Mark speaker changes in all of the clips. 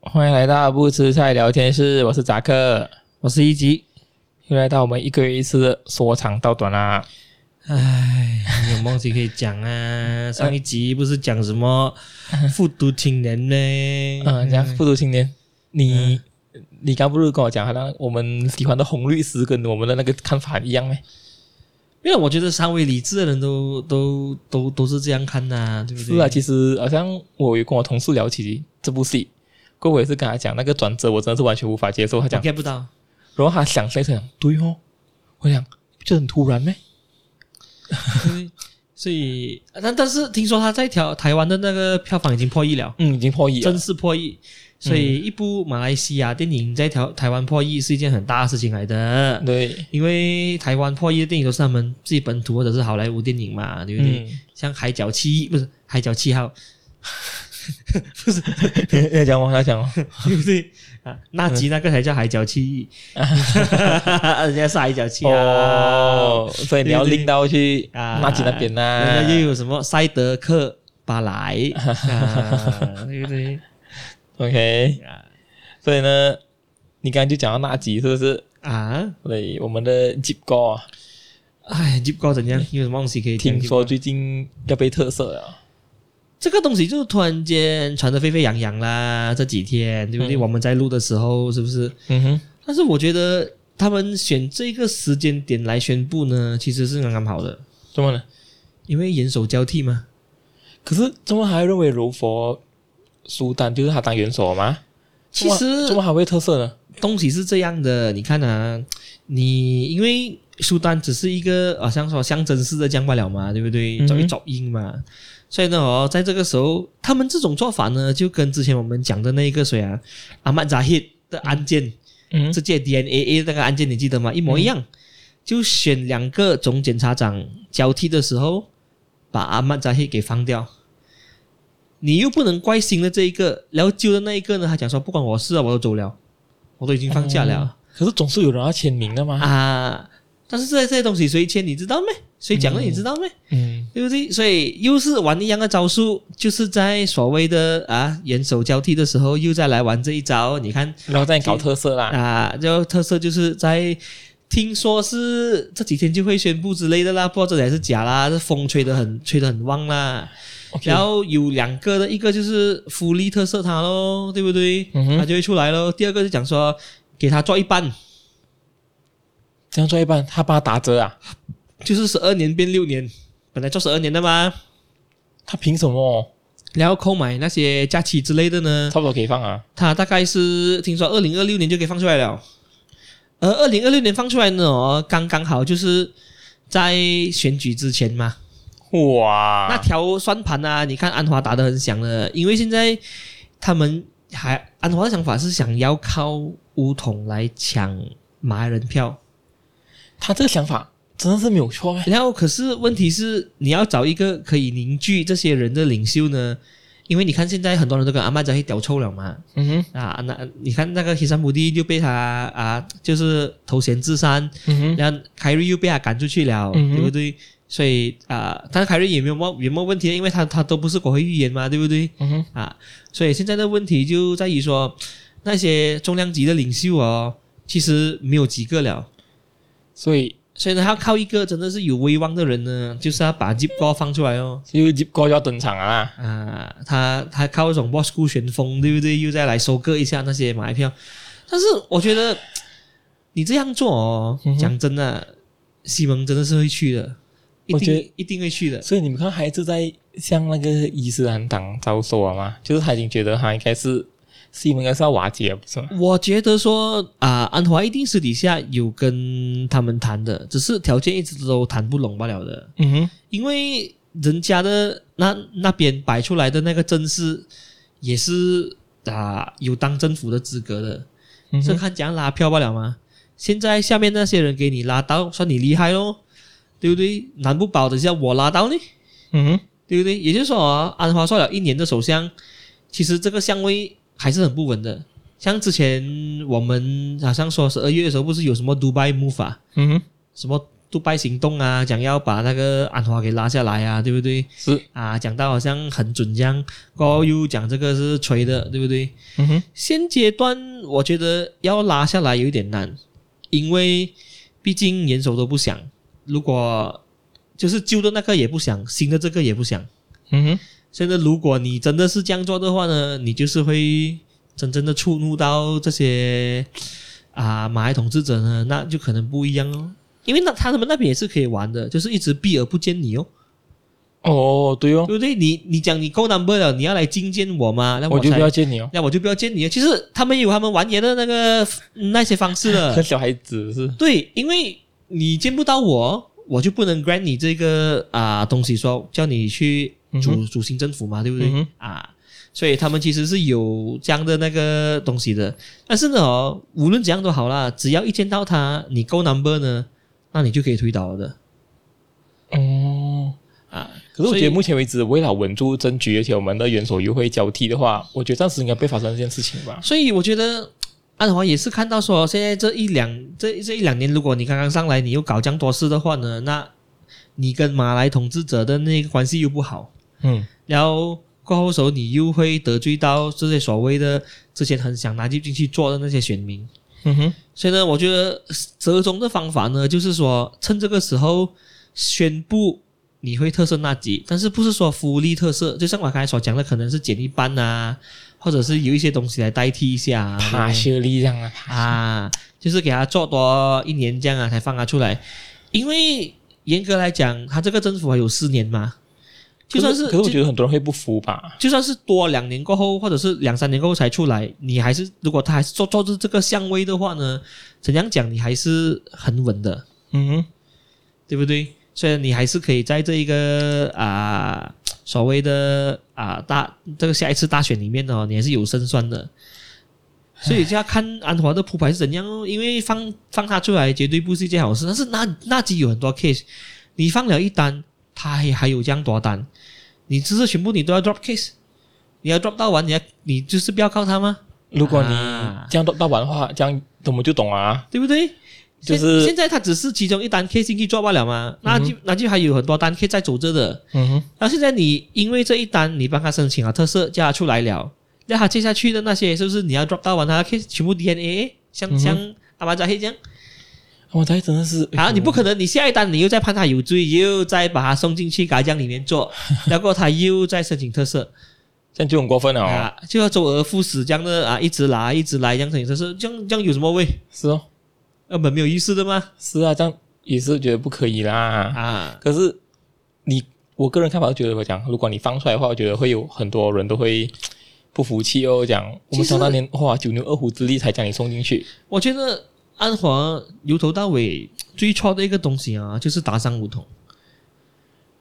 Speaker 1: 欢迎来到不吃菜聊天室，我是扎克，
Speaker 2: 我是一级。
Speaker 1: 又来到我们一个月一次的说长道短啊啦、
Speaker 2: 唉，你有梦西可以讲
Speaker 1: 嗯呃
Speaker 2: 啊！上一集不是讲 什么复读青年呢？
Speaker 1: 嗯，这嗯样复读青年，你、你刚不是跟我讲，好像我们喜欢的红律师跟我们的那个看法一样咩？
Speaker 2: 因为我觉得稍微理智的人都都都都是这样看呐、对不对？
Speaker 1: 是啊，其实好像我有跟我同事聊起这部戏，过后我也是跟他讲那个转折，我真的是完全无法接受。他
Speaker 2: 我
Speaker 1: 讲，
Speaker 2: get 不到。
Speaker 1: 然后他想了一想，对哦，我想这很突然咩？
Speaker 2: 对所以，但但是听说他在调台湾的那个票房已经破亿了，
Speaker 1: 嗯，已经破亿了
Speaker 2: 正，式破亿。所以，一部马来西亚电影在台台湾破亿是一件很大的事情来的。
Speaker 1: 对，
Speaker 2: 因为台湾破亿的电影都是他们自己本土或者是好莱坞电影嘛，对不对？
Speaker 1: 嗯，
Speaker 2: 像《海角七》不是《海角七号》，不是
Speaker 1: 要讲往下讲哦，
Speaker 2: 对不对啊？那集那个才叫《海角 七亿》，人家是《海角七号》
Speaker 1: 哦，所以你要
Speaker 2: 对对
Speaker 1: 拎到去
Speaker 2: 啊，
Speaker 1: 纳吉那边呐、
Speaker 2: 人家又有什么塞德克巴莱， 啊、对不对？啊
Speaker 1: OK，所以呢，你刚才就讲到纳吉是不是？
Speaker 2: 啊，
Speaker 1: 所以我们的 Jeep 哥啊，
Speaker 2: 哎，你不搞怎样？有什么东西可以讲
Speaker 1: 听说最近要被特啊赦了，
Speaker 2: 这个东西就突然间传得沸沸扬扬啦，这几天对不对？
Speaker 1: 嗯
Speaker 2: 我们在录的时候是不是？
Speaker 1: 嗯哼，
Speaker 2: 但是我觉得他们选这个时间点来宣布呢，其实是刚刚好的，
Speaker 1: 怎么呢？
Speaker 2: 因为元首交替嘛。
Speaker 1: 可是怎么还认为柔佛苏丹就是他当元首吗？
Speaker 2: 其实
Speaker 1: 怎么还会特赦呢？
Speaker 2: 东西是这样的，你看啊，你因为苏丹只是一个好像说象征式的将罢了嘛，对不
Speaker 1: 嗯
Speaker 2: 对？
Speaker 1: 哼
Speaker 2: 找一找音嘛。所以呢，哦，在这个时候，他们这种做法呢，就跟之前我们讲的那一个谁啊，阿曼扎希的案件，
Speaker 1: 嗯
Speaker 2: 这届 DNA 那个案件，你记得吗？一模一样，就选两个总检察长交替的时候，把阿曼扎希给放掉。你又不能怪新的这一个，然后旧的那一个呢？他讲说不管我事啊，我都走了，我都已经放假了、
Speaker 1: 嗯可是总是有人要签名的嘛。
Speaker 2: 啊。但是这这些东西谁签你知道没？谁讲的你知道没？
Speaker 1: 嗯
Speaker 2: 对不对？所以又是玩一样的招数，就是在所谓的啊元首交替的时候，又再来玩这一招。你看
Speaker 1: 然后再搞特赦啦。
Speaker 2: 啊，就特色就是在听说是这几天就会宣布之类的啦，不知道这里还是假啦，这风吹得很吹得很旺啦。
Speaker 1: OK，
Speaker 2: 然后有两个的，一个就是福利特色他咯，对不对？
Speaker 1: 嗯
Speaker 2: 他
Speaker 1: 哼，
Speaker 2: 就会出来咯。第二个就讲说给他做一半，
Speaker 1: 这样做一半，他帮他打折啊？
Speaker 2: 就是十二年变六年，本来做十二年的嘛，
Speaker 1: 他凭什么？
Speaker 2: 然后扣买那些假期之类的呢
Speaker 1: 差，不多可以放啊。
Speaker 2: 他大概是听说二零二六年就可以放出来了，而二零二六年放出来呢，哦，刚刚好就是在选举之前嘛。那
Speaker 1: 哇，
Speaker 2: 条算盘啊，你看安华打得很响了，因为现在他们还安华的想法是想要靠乌统来抢马来人票，
Speaker 1: 他这个想法真的是没有错咩？
Speaker 2: 然后可是问题是你要找一个可以凝聚这些人的领袖呢，因为你看现在很多人都跟阿曼扎希屌臭了嘛，
Speaker 1: 嗯哼，
Speaker 2: 啊，那你看那个黑山姆蒂就被他啊，就是头衔自杀，
Speaker 1: 嗯哼。
Speaker 2: 然后凯瑞又被他赶出去了，
Speaker 1: 嗯哼
Speaker 2: 对不对？所以啊、但是凯瑞也没有问也没有问题，因为他他都不是国会议员嘛，对不对？
Speaker 1: 嗯哼，
Speaker 2: 啊，所以现在的问题就在于说，那些重量级的领袖哦，其实没有几个了，
Speaker 1: 所以
Speaker 2: 所以呢，他要靠一个真的是有威望的人呢，就是要把 Jeep 哥放出来哦。
Speaker 1: 所以哥就要登场啊！
Speaker 2: 啊，他他靠一种 b o s c o 旋风，对不对？又再来收割一下那些买票，但是我觉得你这样做哦，
Speaker 1: 嗯哼
Speaker 2: 讲真的，西蒙真的是会去的，一
Speaker 1: 我觉得
Speaker 2: 定一定会去的。
Speaker 1: 所以你们看，孩子在向那个伊斯兰党招手了嘛？就是他已经觉得他应该是西蒙应该是要瓦解了，啊不是吗？
Speaker 2: 我觉得说啊、安华一定私底下有跟他们谈的，只是条件一直都谈不拢罢了的，
Speaker 1: 嗯哼，
Speaker 2: 因为人家的那那边摆出来的那个阵势，也是啊、有当政府的资格的。
Speaker 1: 嗯
Speaker 2: 是
Speaker 1: 哼
Speaker 2: 看怎样拉票罢了嘛。现在下面那些人给你拉到，算你厉害咯，对不对？难不保等下我拉到呢，
Speaker 1: 嗯哼，
Speaker 2: 对不对？也就是说、啊，安华做了一年的首相，其实这个相位还是很不稳的。像之前我们好像说十二月的时候，不是有什么 Dubai Move 啊，
Speaker 1: 嗯哼，
Speaker 2: 什么杜拜行动啊，讲要把那个安华给拉下来啊，对不对？
Speaker 1: 是，
Speaker 2: 啊，讲到好像很准这样，高又讲这个是吹的，对不对？
Speaker 1: 嗯哼，
Speaker 2: 现阶段我觉得要拉下来有一点难，因为毕竟联手都不想，如果就是旧的那个也不想，新的这个也不想。
Speaker 1: 嗯哼，
Speaker 2: 现在如果你真的是这样做的话呢，你就是会真正的触怒到这些啊马来统治者呢，那就可能不一样哦。因为那他们那边也是可以玩的，就是一直避而不见你哦，
Speaker 1: 哦，对哦，
Speaker 2: 对不对？你你讲你够 number 了，你要来觐见我嘛？那
Speaker 1: 我就
Speaker 2: 才
Speaker 1: 不要见你哦，
Speaker 2: 那我就不要见你了。其实他们有他们玩爷的那个那些方式
Speaker 1: 和
Speaker 2: 的，
Speaker 1: 小孩子是，
Speaker 2: 对，因为你见不到我，我就不能 grant 你这个啊、东西说，叫你去主、主行政府嘛，对不对、
Speaker 1: 嗯哼
Speaker 2: 啊？所以他们其实是有这样的那个东西的，但是呢、哦，无论怎样都好啦，只要一见到他，你够 number 呢，那你就可以推倒了的
Speaker 1: 哦。
Speaker 2: 啊。
Speaker 1: 可是我
Speaker 2: 所以
Speaker 1: 觉得目前为止，为了稳住政局，而且我们的元首又会交替的话，我觉得暂时应该不会发生这件事情吧。
Speaker 2: 所以我觉得安华也是看到说，现在这一两这这一两年，如果你刚刚上来，你又搞这样多事的话呢，那你跟马来统治者的那个关系又不好，
Speaker 1: 嗯，
Speaker 2: 然后过后手你又会得罪到这些所谓的之前很想拿进进去做的那些选民。
Speaker 1: 嗯哼，
Speaker 2: 所以呢，我觉得折中的方法呢，就是说趁这个时候宣布你会特色纳吉，但是不是说福利特色，就像我刚才所讲的，可能是减一半啊，或者是有一些东西来代替一下啊，
Speaker 1: 爬些力量啊，
Speaker 2: 啊，就是给他做多一年这样啊，才放他出来。因为严格来讲，他这个政府还有四年嘛，就算是
Speaker 1: 可是可我
Speaker 2: 就
Speaker 1: 觉得很多人会不服吧。
Speaker 2: 就算是多两年过后，或者是两三年过后才出来，你还是如果他还是做做这这个相位的话呢，怎样讲你还是很稳的，
Speaker 1: 嗯哼，
Speaker 2: 对不对？虽然你还是可以在这一个啊、所谓的啊、大这个下一次大选里面呢、哦，你还是有胜算的。所以就要看安华的铺排是怎样哦，因为放放他出来绝对不是一件好事。但是那那集有很多 case，你放了一单，他还还有这样多单，你只是全部你都要 drop case，你要 drop 到完，你要你就是不要靠他吗？
Speaker 1: 如果你
Speaker 2: 啊
Speaker 1: 这样到到玩的话，这样我们就懂啊。
Speaker 2: 对不对？
Speaker 1: 就
Speaker 2: 现
Speaker 1: 是
Speaker 2: 现在他只是其中一单 case 进去 drop 罢了嘛，那就、那就还有很多单 case 在走着的。
Speaker 1: 嗯哼，
Speaker 2: 那现在你因为这一单，你帮他申请了特色，叫他出来了，那他接下去的那些是不是你要 drop 到完他的 case 全部 DNA，像、
Speaker 1: 嗯哼
Speaker 2: 像阿巴扎黑这样？
Speaker 1: 我猜真的是
Speaker 2: 啊，你不
Speaker 1: 嗯
Speaker 2: 可能，你下一单你又再判他有罪，又再把他送进去嘎酱里 面做，然后他又再申请特色
Speaker 1: 这样就很过分了、哦。
Speaker 2: 啊，就要周而复始这样的啊，一直来一直来这样申请特色，这样这样有什么味？
Speaker 1: 是哦，
Speaker 2: 根本没有意思的吗？
Speaker 1: 是啊，这样也是觉得不可以啦。
Speaker 2: 啊，
Speaker 1: 可是你，我个人看法，觉得我讲，如果你放出来的话，我觉得会有很多人都会不服气哦。讲我
Speaker 2: 其
Speaker 1: 们
Speaker 2: 实
Speaker 1: 想当年哇，九牛二虎之力才将你送进去，
Speaker 2: 我觉得安华由头到尾最错的一个东西啊，就是打伤梧桐，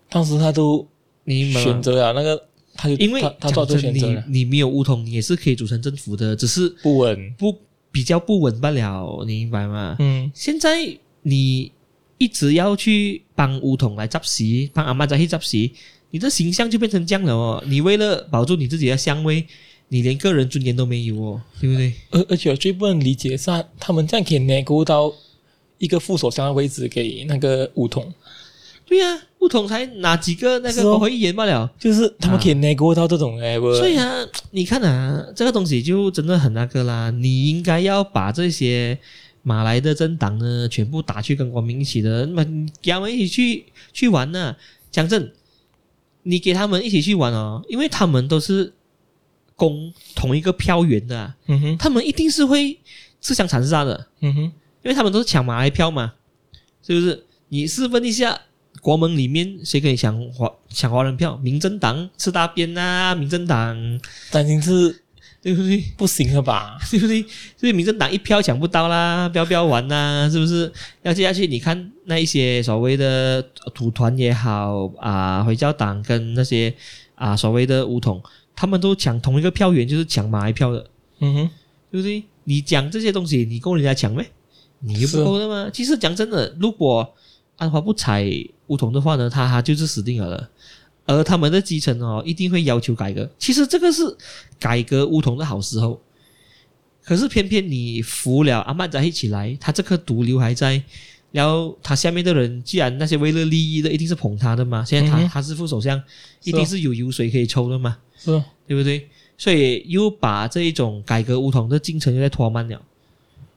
Speaker 1: 当时他都
Speaker 2: 你明白吗
Speaker 1: 选择啊了那个，他就
Speaker 2: 因为
Speaker 1: 他他做
Speaker 2: 讲
Speaker 1: 出
Speaker 2: 真
Speaker 1: 选择了，
Speaker 2: 你你没有乌统，你也是可以组成政府的，只是
Speaker 1: 不稳。
Speaker 2: 不比较不稳罢了，你明白吗？
Speaker 1: 嗯
Speaker 2: 现在你一直要去帮乌统来执席，帮阿妈再去执席，你的形象就变成这样了哦。你为了保住你自己的香味，你连个人尊严都没有哦，对不对？
Speaker 1: 而而且我最不能理解的是啊，他们这样可以 nego 到一个副首相的位置给那个武统，
Speaker 2: 对呀、啊，乌统才哪几个那
Speaker 1: 是
Speaker 2: 个
Speaker 1: 哦
Speaker 2: 国会议员罢了。
Speaker 1: 就是他们可以 nego 到这种 level。
Speaker 2: 啊所以啊，你看啊，这个东西就真的很那个啦。你应该要把这些马来的政党呢，全部打去跟国民一起的，那么你给他们一起去去玩呢、讲真，你给他们一起去玩哦，因为他们都是攻同一个票源的啊、
Speaker 1: 嗯哼，
Speaker 2: 他们一定是会自相残杀的，
Speaker 1: 嗯哼，
Speaker 2: 因为他们都是抢马来票嘛，是不是？你试问一下，国盟里面谁可以抢华抢华人票？民政党吃大便呐、民政党。
Speaker 1: 担心是
Speaker 2: 对不对？
Speaker 1: 不行了吧？
Speaker 2: 对不对？所以民政党一票抢不到啦，标标完啦，是不是？要接下去，你看那一些所谓的土团也好啊、回教党跟那些啊、所谓的武统，他们都抢同一个票源，就是抢马来票的，
Speaker 1: 嗯哼，
Speaker 2: 对不对？你讲这些东西，你够人家抢没？你又不
Speaker 1: 是啊
Speaker 2: 够的嘛。其实讲真的，如果安华不踩武统的话呢，他他就是死定了的。而他们的基层哦，一定会要求改革。其实这个是改革乌统的好时候，可是偏偏你服了阿曼扎一起来，他这颗毒瘤还在，然后他下面的人，既然那些为了利益的一定是捧他的嘛，现在他、
Speaker 1: 嗯哼
Speaker 2: 他是副首相，一
Speaker 1: 是
Speaker 2: 定是有油水可以抽的嘛，
Speaker 1: 是哦
Speaker 2: 对不对？所以又把这一种改革乌统的进程又在拖慢了。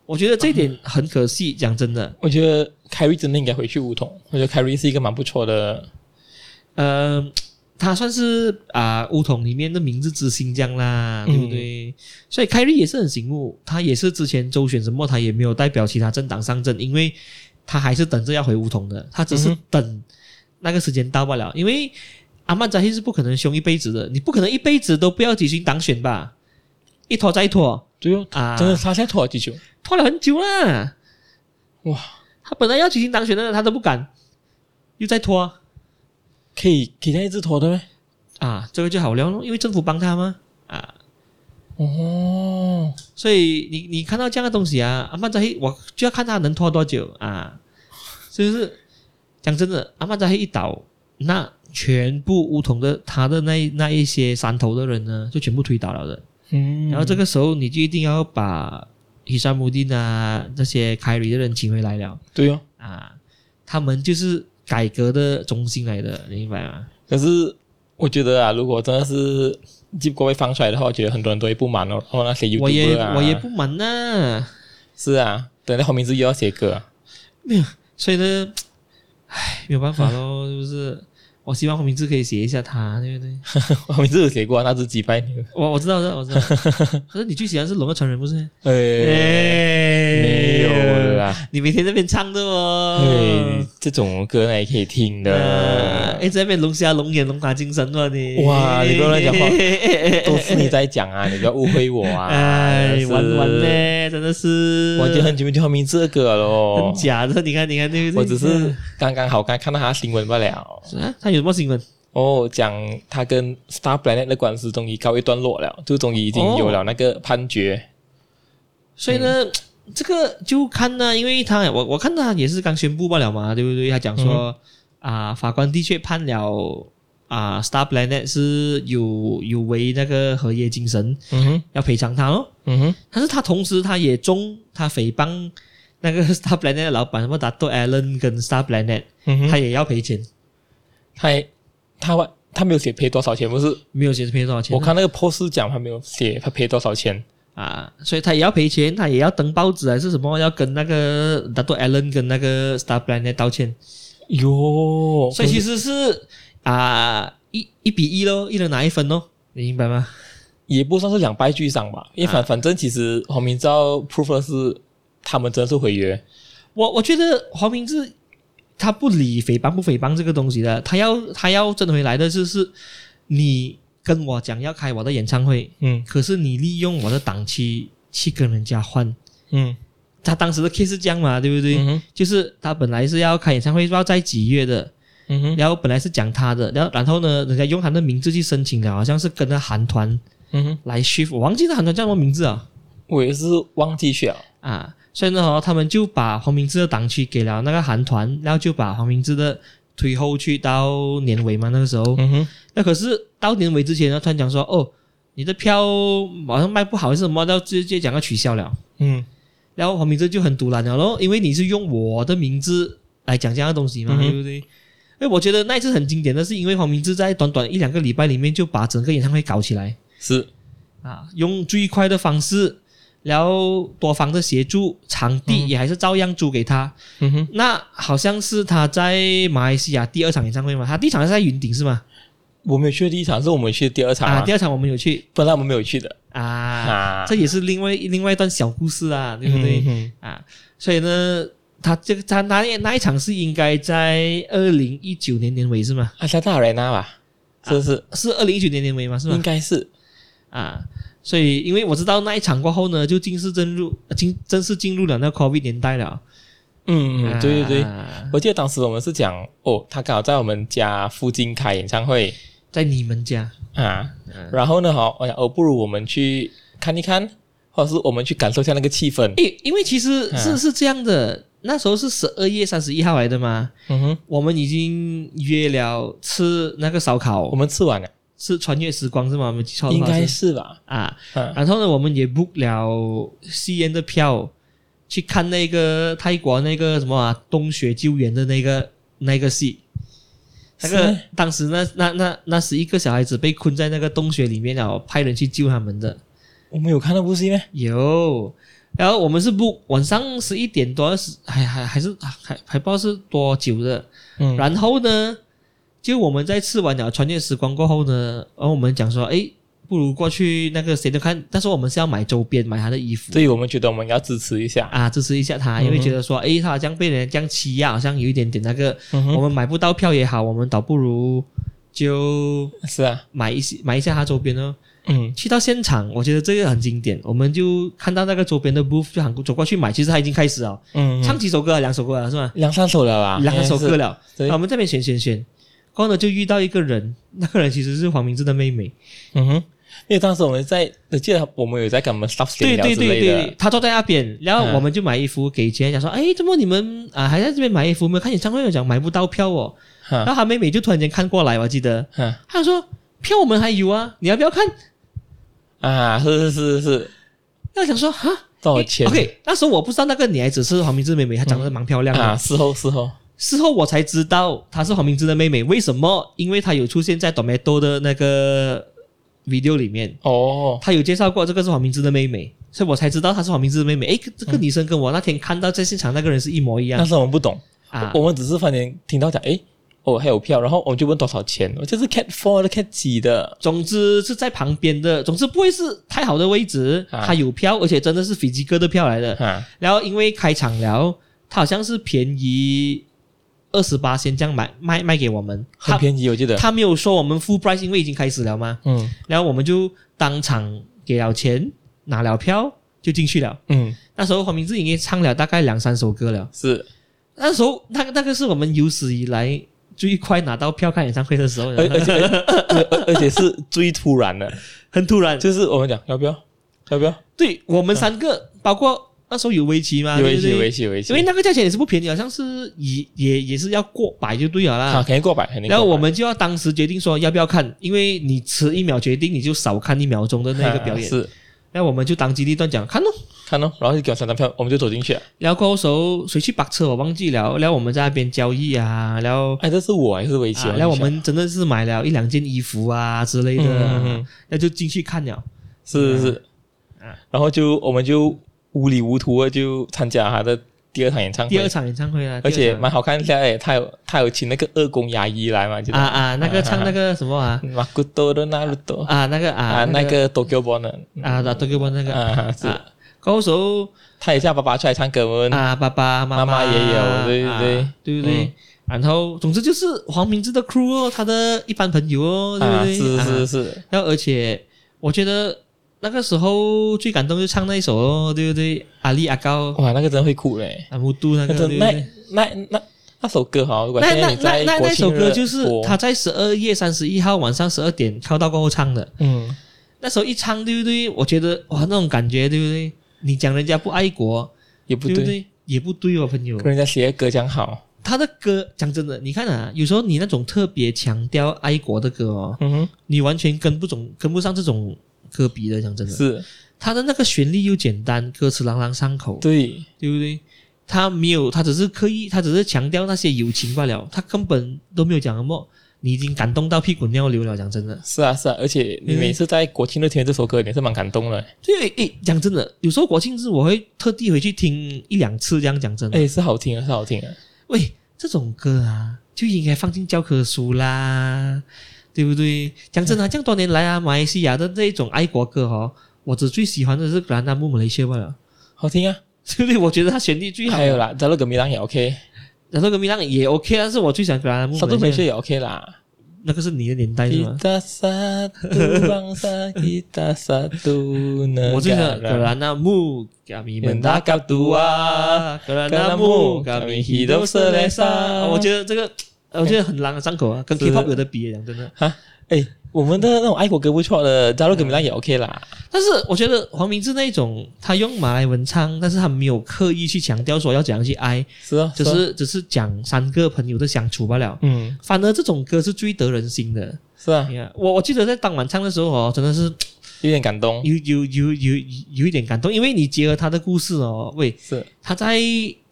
Speaker 2: 我觉得这一点很可惜，讲真的，
Speaker 1: 我觉得凯瑞真的应该回去梧桐，我觉得凯瑞是一个蛮不错的，
Speaker 2: 呃，他算是啊、乌统里面的明日之星这样啦，
Speaker 1: 嗯
Speaker 2: 对不对？所以凯瑞也是很醒目，他也是之前周选什么，他也没有代表其他政党上阵，因为他还是等着要回乌统的，他只是
Speaker 1: 嗯
Speaker 2: 等那个时间到罢了。因为阿曼扎希是不可能凶一辈子的，你不可能一辈子都不要举行党选吧？一拖再拖
Speaker 1: 对哦，
Speaker 2: 啊，
Speaker 1: 真的他现在拖了几久？
Speaker 2: 拖了很久啦。
Speaker 1: 哇，
Speaker 2: 他本来要举行党选的，他都不敢，又在拖啊
Speaker 1: 可以可以这样一直拖的咩？
Speaker 2: 啊，这个就好聊咯，因为政府帮他嘛啊。
Speaker 1: 哦，
Speaker 2: 所以你你看到这样的东西啊，阿曼扎黑，我就要看他能拖多久啊，是不是？讲真的，阿曼扎黑一倒，那全部乌统的他的那一那一些山头的人呢，就全部推倒了的。
Speaker 1: 嗯，
Speaker 2: 然后这
Speaker 1: 个
Speaker 2: 个时候你就一定要把伊沙姆丁啊这些凯里的人请回来了
Speaker 1: 对哦，
Speaker 2: 啊，他们就是改革的中心来的，你明白吗？
Speaker 1: 可是我觉得啊，如果真的是结果被放出来的话，我觉得很多人都会不满哦。然后那些 YouTuber
Speaker 2: 我也
Speaker 1: 啊
Speaker 2: 我也不满呐、
Speaker 1: 是啊，等到后面是又要写歌啊、
Speaker 2: 所以呢，唉，没有办法咯，是不是？我希望黄明志可以写一下他，对不对？
Speaker 1: 我后面是有写过、啊，那是几百年了。
Speaker 2: 我我知道，我知道，我知道。 可是你最喜欢是《龙的传人》不是？
Speaker 1: 哎、没有
Speaker 2: 哎
Speaker 1: 啦。
Speaker 2: 你每天在那边唱的哦
Speaker 1: 哎。，这种歌呢也可以听
Speaker 2: 呃，
Speaker 1: 的，
Speaker 2: 一直在那边龙虾、龙眼、龙卡精神哦，你
Speaker 1: 哇你不要乱讲话
Speaker 2: 话
Speaker 1: 都是你在讲啊，你不要误会我啊！
Speaker 2: 哎，
Speaker 1: 真的
Speaker 2: 玩
Speaker 1: 是
Speaker 2: 玩，嘞，真的是，
Speaker 1: 我已经很久没听到名字的歌了
Speaker 2: 很
Speaker 1: 咯。
Speaker 2: 假的，你看，你看，对不
Speaker 1: 哦
Speaker 2: 对？
Speaker 1: 我只是刚刚好刚看到他的新闻罢了。
Speaker 2: 啊，他有什么新闻？
Speaker 1: 哦，讲他跟 Star Planet 的官司终于告一段落了，就终于已经有了那个判决。
Speaker 2: 所以呢，
Speaker 1: 嗯
Speaker 2: 这个就看呢、因为他我我看他也是刚宣布罢了嘛，对不对？他讲说
Speaker 1: 嗯
Speaker 2: 啊、法官的确判了啊、Star Planet 是有有违那个合约精神，
Speaker 1: 嗯哼，
Speaker 2: 要赔偿他咯。
Speaker 1: 嗯哼，
Speaker 2: 但是他同时他也中他诽谤那个 Star Planet 的老板什么达多 Allen 跟 Star Planet，、
Speaker 1: 嗯哼，
Speaker 2: 他也要赔钱，
Speaker 1: 他还他还他没有写赔多少钱，不是？
Speaker 2: 没有写是赔多少钱
Speaker 1: 我
Speaker 2: 啊。
Speaker 1: 看那个 post 讲他没有写他赔多少钱。
Speaker 2: 啊，所以他也要赔钱，他也要登报纸还是什么，要跟那个达多 Allen 跟那个 Star Planet 道歉。
Speaker 1: 哟，
Speaker 2: 所以其实是啊、一一比一咯，一人拿一分咯，你明白吗？
Speaker 1: 也不算是两败俱伤吧，因为反、反正其实黄明照 proof 的是他们真的是毁约，
Speaker 2: 我我觉得黄明志他不理诽谤不诽谤这个东西的，他要他要争回来的是是，你跟我讲要开我的演唱会，
Speaker 1: 嗯
Speaker 2: 可是你利用我的档期去跟人家换，
Speaker 1: 嗯
Speaker 2: 他当时的 case 是这样嘛，对不对？
Speaker 1: 嗯哼
Speaker 2: 就是他本来是要开演唱会，不知道在几月的，
Speaker 1: 嗯哼
Speaker 2: 然后本来是讲他的，然后然后呢，人家用他的名字去申请了，好像是跟着韩团
Speaker 1: 嗯哼，
Speaker 2: 来 shift，我忘记那韩团叫什么名字啊。
Speaker 1: 我也是忘记去了，
Speaker 2: 啊，所以呢、哦，他们就把黄明志的档期给了那个韩团，然后就把黄明志的推后去到年尾嘛，那个时候。
Speaker 1: 嗯哼
Speaker 2: 那可是到年尾之前呢，突然讲说，哦，你的票好像卖不好还是什么，然后直接讲要取消了。
Speaker 1: 嗯
Speaker 2: 然后黄明志就很独揽了咯，因为你是用我的名字来讲这样的东西嘛，
Speaker 1: 嗯哼
Speaker 2: 对不对？因为我觉得那一次很经典的是，因为黄明志在短短一两个礼拜里面就把整个演唱会搞起来。
Speaker 1: 是
Speaker 2: 啊，用最快的方式，然后多方的协助，场地也还是照样租给他。
Speaker 1: 嗯哼
Speaker 2: 那好像是他在马来西亚第二场演唱会嘛，他第一场是在云顶是吗？
Speaker 1: 我没有去的第一场，是我们去的第二场
Speaker 2: 啊，
Speaker 1: 啊，
Speaker 2: 第二场我们有去
Speaker 1: 本来我们没有去的
Speaker 2: 啊，
Speaker 1: 啊，
Speaker 2: 这也是另外另外一段小故事啊，对不对？
Speaker 1: 嗯
Speaker 2: 啊，所以呢，他这个他那那一场是应该在二零一九年年尾是吗？
Speaker 1: 哼，啊阿加大瑞娜吧，是不是？
Speaker 2: 是二零一九年年尾吗？是吗
Speaker 1: 应？该啊是
Speaker 2: 啊，所以因为我知道那一场过后呢，就正式进入进正式进入了那 COVID 年代了。
Speaker 1: 嗯嗯，对对对。
Speaker 2: 啊
Speaker 1: 我记得当时我们是讲哦，他刚好在我们家附近开演唱会
Speaker 2: 在你们家
Speaker 1: 啊
Speaker 2: 嗯，
Speaker 1: 然后呢，好，我想哦，不如我们去看一看，或者是我们去感受一下那个气氛。
Speaker 2: 因因为其实是
Speaker 1: 啊
Speaker 2: 是这样的，那时候是十二月三十一号来的嘛，
Speaker 1: 嗯哼，
Speaker 2: 我们已经约了吃那个烧烤
Speaker 1: 我，们吃完了，
Speaker 2: 是穿越时光是吗？我没记错的
Speaker 1: 应
Speaker 2: 话
Speaker 1: 该
Speaker 2: 是
Speaker 1: 是吧？
Speaker 2: 啊，
Speaker 1: 嗯
Speaker 2: 然后呢，我们也 book 了吸烟的票，去看那个泰国那个什么、啊、洞穴救援的那个那个戏。那
Speaker 1: 是
Speaker 2: 个
Speaker 1: 咩
Speaker 2: 当时那那那那十一个小孩子被困在那个洞穴里面了，派人去救他们的。
Speaker 1: 我们有看到部戏咩？
Speaker 2: 有，然后我们是不晚上十一点多，是还还还是还还不知道是多久的。
Speaker 1: 嗯，
Speaker 2: 然后呢，就我们在吃完了穿越时光过后呢，然后我们讲说，哎，不如过去那个谁都看，但是我们是要买周边，买他的衣服
Speaker 1: 所以我们觉得我们要支持一下。
Speaker 2: 啊，支持一下
Speaker 1: 嗯
Speaker 2: 他，因为觉得说，哎，他好像被人这样欺压，好像有一点点那个，
Speaker 1: 嗯
Speaker 2: 我
Speaker 1: 哼，
Speaker 2: 们买不到票也好，我们倒不如就。
Speaker 1: 是啊，
Speaker 2: 买一些买一下他周边哦，
Speaker 1: 嗯，
Speaker 2: 去到现场，我觉得这个很经典。我们就看到那个周边的 booth，就喊走过去买。其实他已经开始了，
Speaker 1: 嗯，
Speaker 2: 唱几首歌了，两首歌了是吧？
Speaker 1: 两三首了吧？
Speaker 2: 两首歌
Speaker 1: 应该是，
Speaker 2: 了。
Speaker 1: 对
Speaker 2: 啊我们这边选选选，然后呢就遇到一个人，那个人其实是黄明志的妹妹。
Speaker 1: 嗯哼，因为当时我们在，我记得我们有在跟我们 staff 闲
Speaker 2: 对
Speaker 1: 聊
Speaker 2: 对
Speaker 1: 之
Speaker 2: 对
Speaker 1: 类
Speaker 2: 对
Speaker 1: 的，，
Speaker 2: 她坐在那边，然后
Speaker 1: 嗯
Speaker 2: 我们就买衣服给钱，讲说，哎，怎么你们啊还在这边买衣服？没有看演唱会有讲买不到票哦。然
Speaker 1: 哈
Speaker 2: 后她妹妹就突然间看过来，我记得，
Speaker 1: 哈
Speaker 2: 她说票我们还有啊，你要不要看？
Speaker 1: 啊，是是是是，
Speaker 2: 然后想说哈。
Speaker 1: 多少钱
Speaker 2: 哎 OK，那时候我不知道那个女孩子是黄明志妹妹，她长得蛮漂亮的。
Speaker 1: 啊？事后事后，
Speaker 2: 事后我才知道她是黄明志的妹妹，为什么？因为她有出现在 Tomato 的那个 video 里面，
Speaker 1: 哦，
Speaker 2: 她有介绍过这个是黄明志的妹妹，所以我才知道她是黄明志的妹妹。诶，这个女生跟我那天看到在现场那个人是一模一样
Speaker 1: 当时我们不懂，
Speaker 2: 啊
Speaker 1: 我！我们只是反正听到讲，诶，哦还有票，然后我就问多少钱，我这是 cat four 的 cat 几的，
Speaker 2: 总之是在旁边的，总之不会是太好的位置。
Speaker 1: 啊
Speaker 2: 她有票，而且真的是飞机哥的票来的。
Speaker 1: 哈，
Speaker 2: 然后因为开场了，她好像是便宜二十八先这样买卖卖给我们，
Speaker 1: 很
Speaker 2: 她
Speaker 1: 便宜，我记得，
Speaker 2: 他没有说我们 full price，因为已经开始了嘛。
Speaker 1: 嗯
Speaker 2: 然后我们就当场给了钱，拿了票就进去了。
Speaker 1: 嗯，
Speaker 2: 那时候黄明志已经唱了大概两三首歌了。
Speaker 1: 是，
Speaker 2: 那时候那个那个是我们有史以来最快拿到票看演唱会的时候，
Speaker 1: 而而且而而而且是最突然 的，
Speaker 2: 很突然。
Speaker 1: 就是我们讲要不要要不要，
Speaker 2: 对我们三个，包括那时候有围棋嘛，
Speaker 1: 有
Speaker 2: 对
Speaker 1: 一
Speaker 2: 不
Speaker 1: 起
Speaker 2: 对
Speaker 1: 有一起有一起
Speaker 2: 啊因为，那个价钱也是不便宜，好像是也也也是要过百就对了啦。
Speaker 1: 啊，肯定过百，肯定过百，
Speaker 2: 然后我们就要当时决定说要不要看，因为你迟一秒决定，你就少看一秒钟的那个
Speaker 1: 啊
Speaker 2: 表 演。
Speaker 1: 是。
Speaker 2: 那我们就当机立断讲看咯。
Speaker 1: 看哦，然后就给我三张票，我们就走进去了。
Speaker 2: 然后过后时候谁去把车我忘记了，然后我们在那边交易啊，然后、
Speaker 1: 哎，这是我还是围棋？
Speaker 2: 啊、然后我们真的是买了一两件衣服啊之类
Speaker 1: 嗯
Speaker 2: 的啊，
Speaker 1: 嗯嗯，
Speaker 2: 那就进去看了。
Speaker 1: 是是是
Speaker 2: 啊，
Speaker 1: 然后就我们就糊里糊涂的就参加他的第二场演唱
Speaker 2: 第二
Speaker 1: 会，
Speaker 2: 场演唱会啊，
Speaker 1: 而且
Speaker 2: 第二场
Speaker 1: 蛮好看一下诶，他有他有请那个二宫牙医来嘛，记
Speaker 2: 啊
Speaker 1: 得
Speaker 2: 啊那个唱那个什么啊
Speaker 1: 马古多的那鲁多
Speaker 2: 啊那个啊
Speaker 1: 啊，那个 Tokyo Born 的
Speaker 2: 啊那 Tokyo One 那个
Speaker 1: 啊是，
Speaker 2: 啊，过后时候
Speaker 1: 他也叫爸爸出来唱歌我们
Speaker 2: 啊，爸爸妈
Speaker 1: 妈妈也有对
Speaker 2: 啊
Speaker 1: 对
Speaker 2: 对不对？
Speaker 1: 嗯
Speaker 2: 然后，总之就是黄明志的 crew 哦，他的一般朋友哦，对
Speaker 1: 啊
Speaker 2: 不对？
Speaker 1: 是是
Speaker 2: 啊。
Speaker 1: 是，
Speaker 2: 然后，而且我觉得那个时候最感动就唱那一首哦，对不对？阿丽阿高
Speaker 1: 哇，那个真会哭嘞，
Speaker 2: 阿木杜那
Speaker 1: 那
Speaker 2: 个，对
Speaker 1: 真
Speaker 2: 不
Speaker 1: 那
Speaker 2: 对？
Speaker 1: 那那那首歌哈，如果
Speaker 2: 那
Speaker 1: 现在
Speaker 2: 那
Speaker 1: 你在
Speaker 2: 那那
Speaker 1: 国
Speaker 2: 那
Speaker 1: 庆
Speaker 2: 首
Speaker 1: 日
Speaker 2: 歌就是
Speaker 1: 播
Speaker 2: 他在十二月三十一号晚上十二点敲到过后唱的，
Speaker 1: 嗯
Speaker 2: 那时候一唱，对不对？我觉得哇，那种感觉，对不对？你讲人家不爱国，
Speaker 1: 也不
Speaker 2: 对不
Speaker 1: 对。
Speaker 2: 对？也不对哦，朋友。
Speaker 1: 跟人家写歌讲好，
Speaker 2: 他的歌，讲真的，你看啊，有时候你那种特别强调爱国的歌哦，
Speaker 1: 嗯
Speaker 2: 你完全跟不总跟不上这种歌比的。讲真
Speaker 1: 哼，
Speaker 2: 的，
Speaker 1: 是
Speaker 2: 他的那个旋律又简单，歌词朗朗上口，
Speaker 1: 对，
Speaker 2: 对不对？他没有，他只是刻意，他只是强调那些友情罢了，他根本都没有讲什么，你已经感动到屁滚尿流了。讲真的，
Speaker 1: 是啊是啊，而且你
Speaker 2: 嗯
Speaker 1: 每次在国庆日听这首歌，你是蛮感动的，
Speaker 2: 对，诶，讲真的，有时候国庆日我会特地回去听一两次，这样讲真的，
Speaker 1: 哎，是好听啊，是好听啊，
Speaker 2: 喂，这种歌啊，就应该放进教科书啦，对不对？讲真的啊，这样多年来啊，马来西亚的这一种爱国歌哦，我只最喜欢的是《格兰达木马来西亚》了，
Speaker 1: 好听啊。
Speaker 2: 对不对？我觉得它旋律最好
Speaker 1: 还，有啦，加勒格米朗也 OK，
Speaker 2: 然后革命浪也 OK，但是啊我最喜欢《格兰达木
Speaker 1: 沙杜
Speaker 2: 马
Speaker 1: 梅
Speaker 2: 来
Speaker 1: 西
Speaker 2: 西
Speaker 1: 也
Speaker 2: 亚》。
Speaker 1: OK 啦。
Speaker 2: 那个是你的年代是
Speaker 1: 吉
Speaker 2: 吗？
Speaker 1: 他沙杜邦沙吉他沙杜呢，
Speaker 2: 我最喜欢《格
Speaker 1: 格拉
Speaker 2: 兰达木嘎米
Speaker 1: 门
Speaker 2: 门
Speaker 1: 达
Speaker 2: 达
Speaker 1: 嘎杜
Speaker 2: 杜
Speaker 1: 啊，
Speaker 2: 啊，格兰达木嘎米希都是雷莎。我觉得这个，我觉得很朗朗上口啊，跟
Speaker 1: 是
Speaker 2: K-pop 有的比，讲真的。
Speaker 1: 哎，我们的那种爱国歌不错的，加勒格米朗也 OK 啦。
Speaker 2: 但是我觉得黄明志那一种，他用马来文唱，但是他没有刻意去强调说要怎样去爱，
Speaker 1: 是啊，
Speaker 2: 只
Speaker 1: 啊
Speaker 2: 是只是讲三个朋友的相处罢了。
Speaker 1: 嗯，
Speaker 2: 反而这种歌是最得人心的。
Speaker 1: 是啊，
Speaker 2: 你看我我记得在当晚唱的时候哦，真的是
Speaker 1: 有点感动，
Speaker 2: 有有有有有一点感动，因为你结合他的故事哦，喂，
Speaker 1: 是
Speaker 2: 他在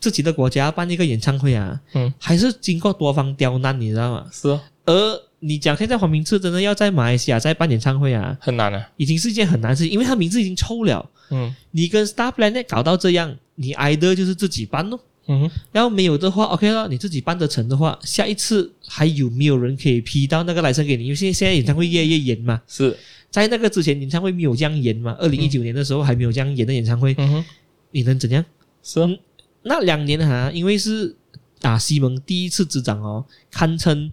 Speaker 2: 自己的国家办一个演唱会啊，
Speaker 1: 嗯，
Speaker 2: 还是经过多方刁难，你知道吗？
Speaker 1: 是哦，
Speaker 2: 而你讲现在黄明志真的要在马来西亚再办演唱会啊，
Speaker 1: 很难啊，
Speaker 2: 已经是一件很难事情，因为他名字已经臭了。
Speaker 1: 嗯
Speaker 2: 你跟 Star Planet 搞到这样，你挨的就是自己办咯。
Speaker 1: 嗯哼，
Speaker 2: 然后没有的话，OK 了，你自己办得成的话，下一次还有没有人可以批到那个来生给你？因为现在现在演唱会越来越严嘛，
Speaker 1: 是，
Speaker 2: 在那个之前演唱会没有这样严嘛，二零一九年的时候还没有这样严的演唱会，
Speaker 1: 嗯哼，
Speaker 2: 你能怎样？
Speaker 1: 是哦，
Speaker 2: 那两年哈、因为是打西蒙第一次执掌哦，堪称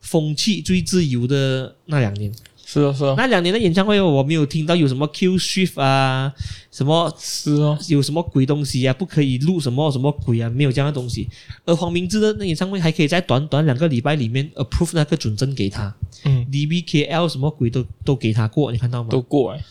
Speaker 2: 风气最自由的那两年。
Speaker 1: 是哦，是哦，
Speaker 2: 那两年的演唱会，我没有听到有什么 Q Shift 啊，什么
Speaker 1: 是哦，
Speaker 2: 有什么鬼东西啊，不可以录什么什么鬼啊，没有这样的东西。而黄明志的那演唱会还可以在短短两个礼拜里面 approve 那个准证给他
Speaker 1: 嗯，
Speaker 2: ，DBKL 什么鬼都都给他过，你看到吗？
Speaker 1: 都过哎，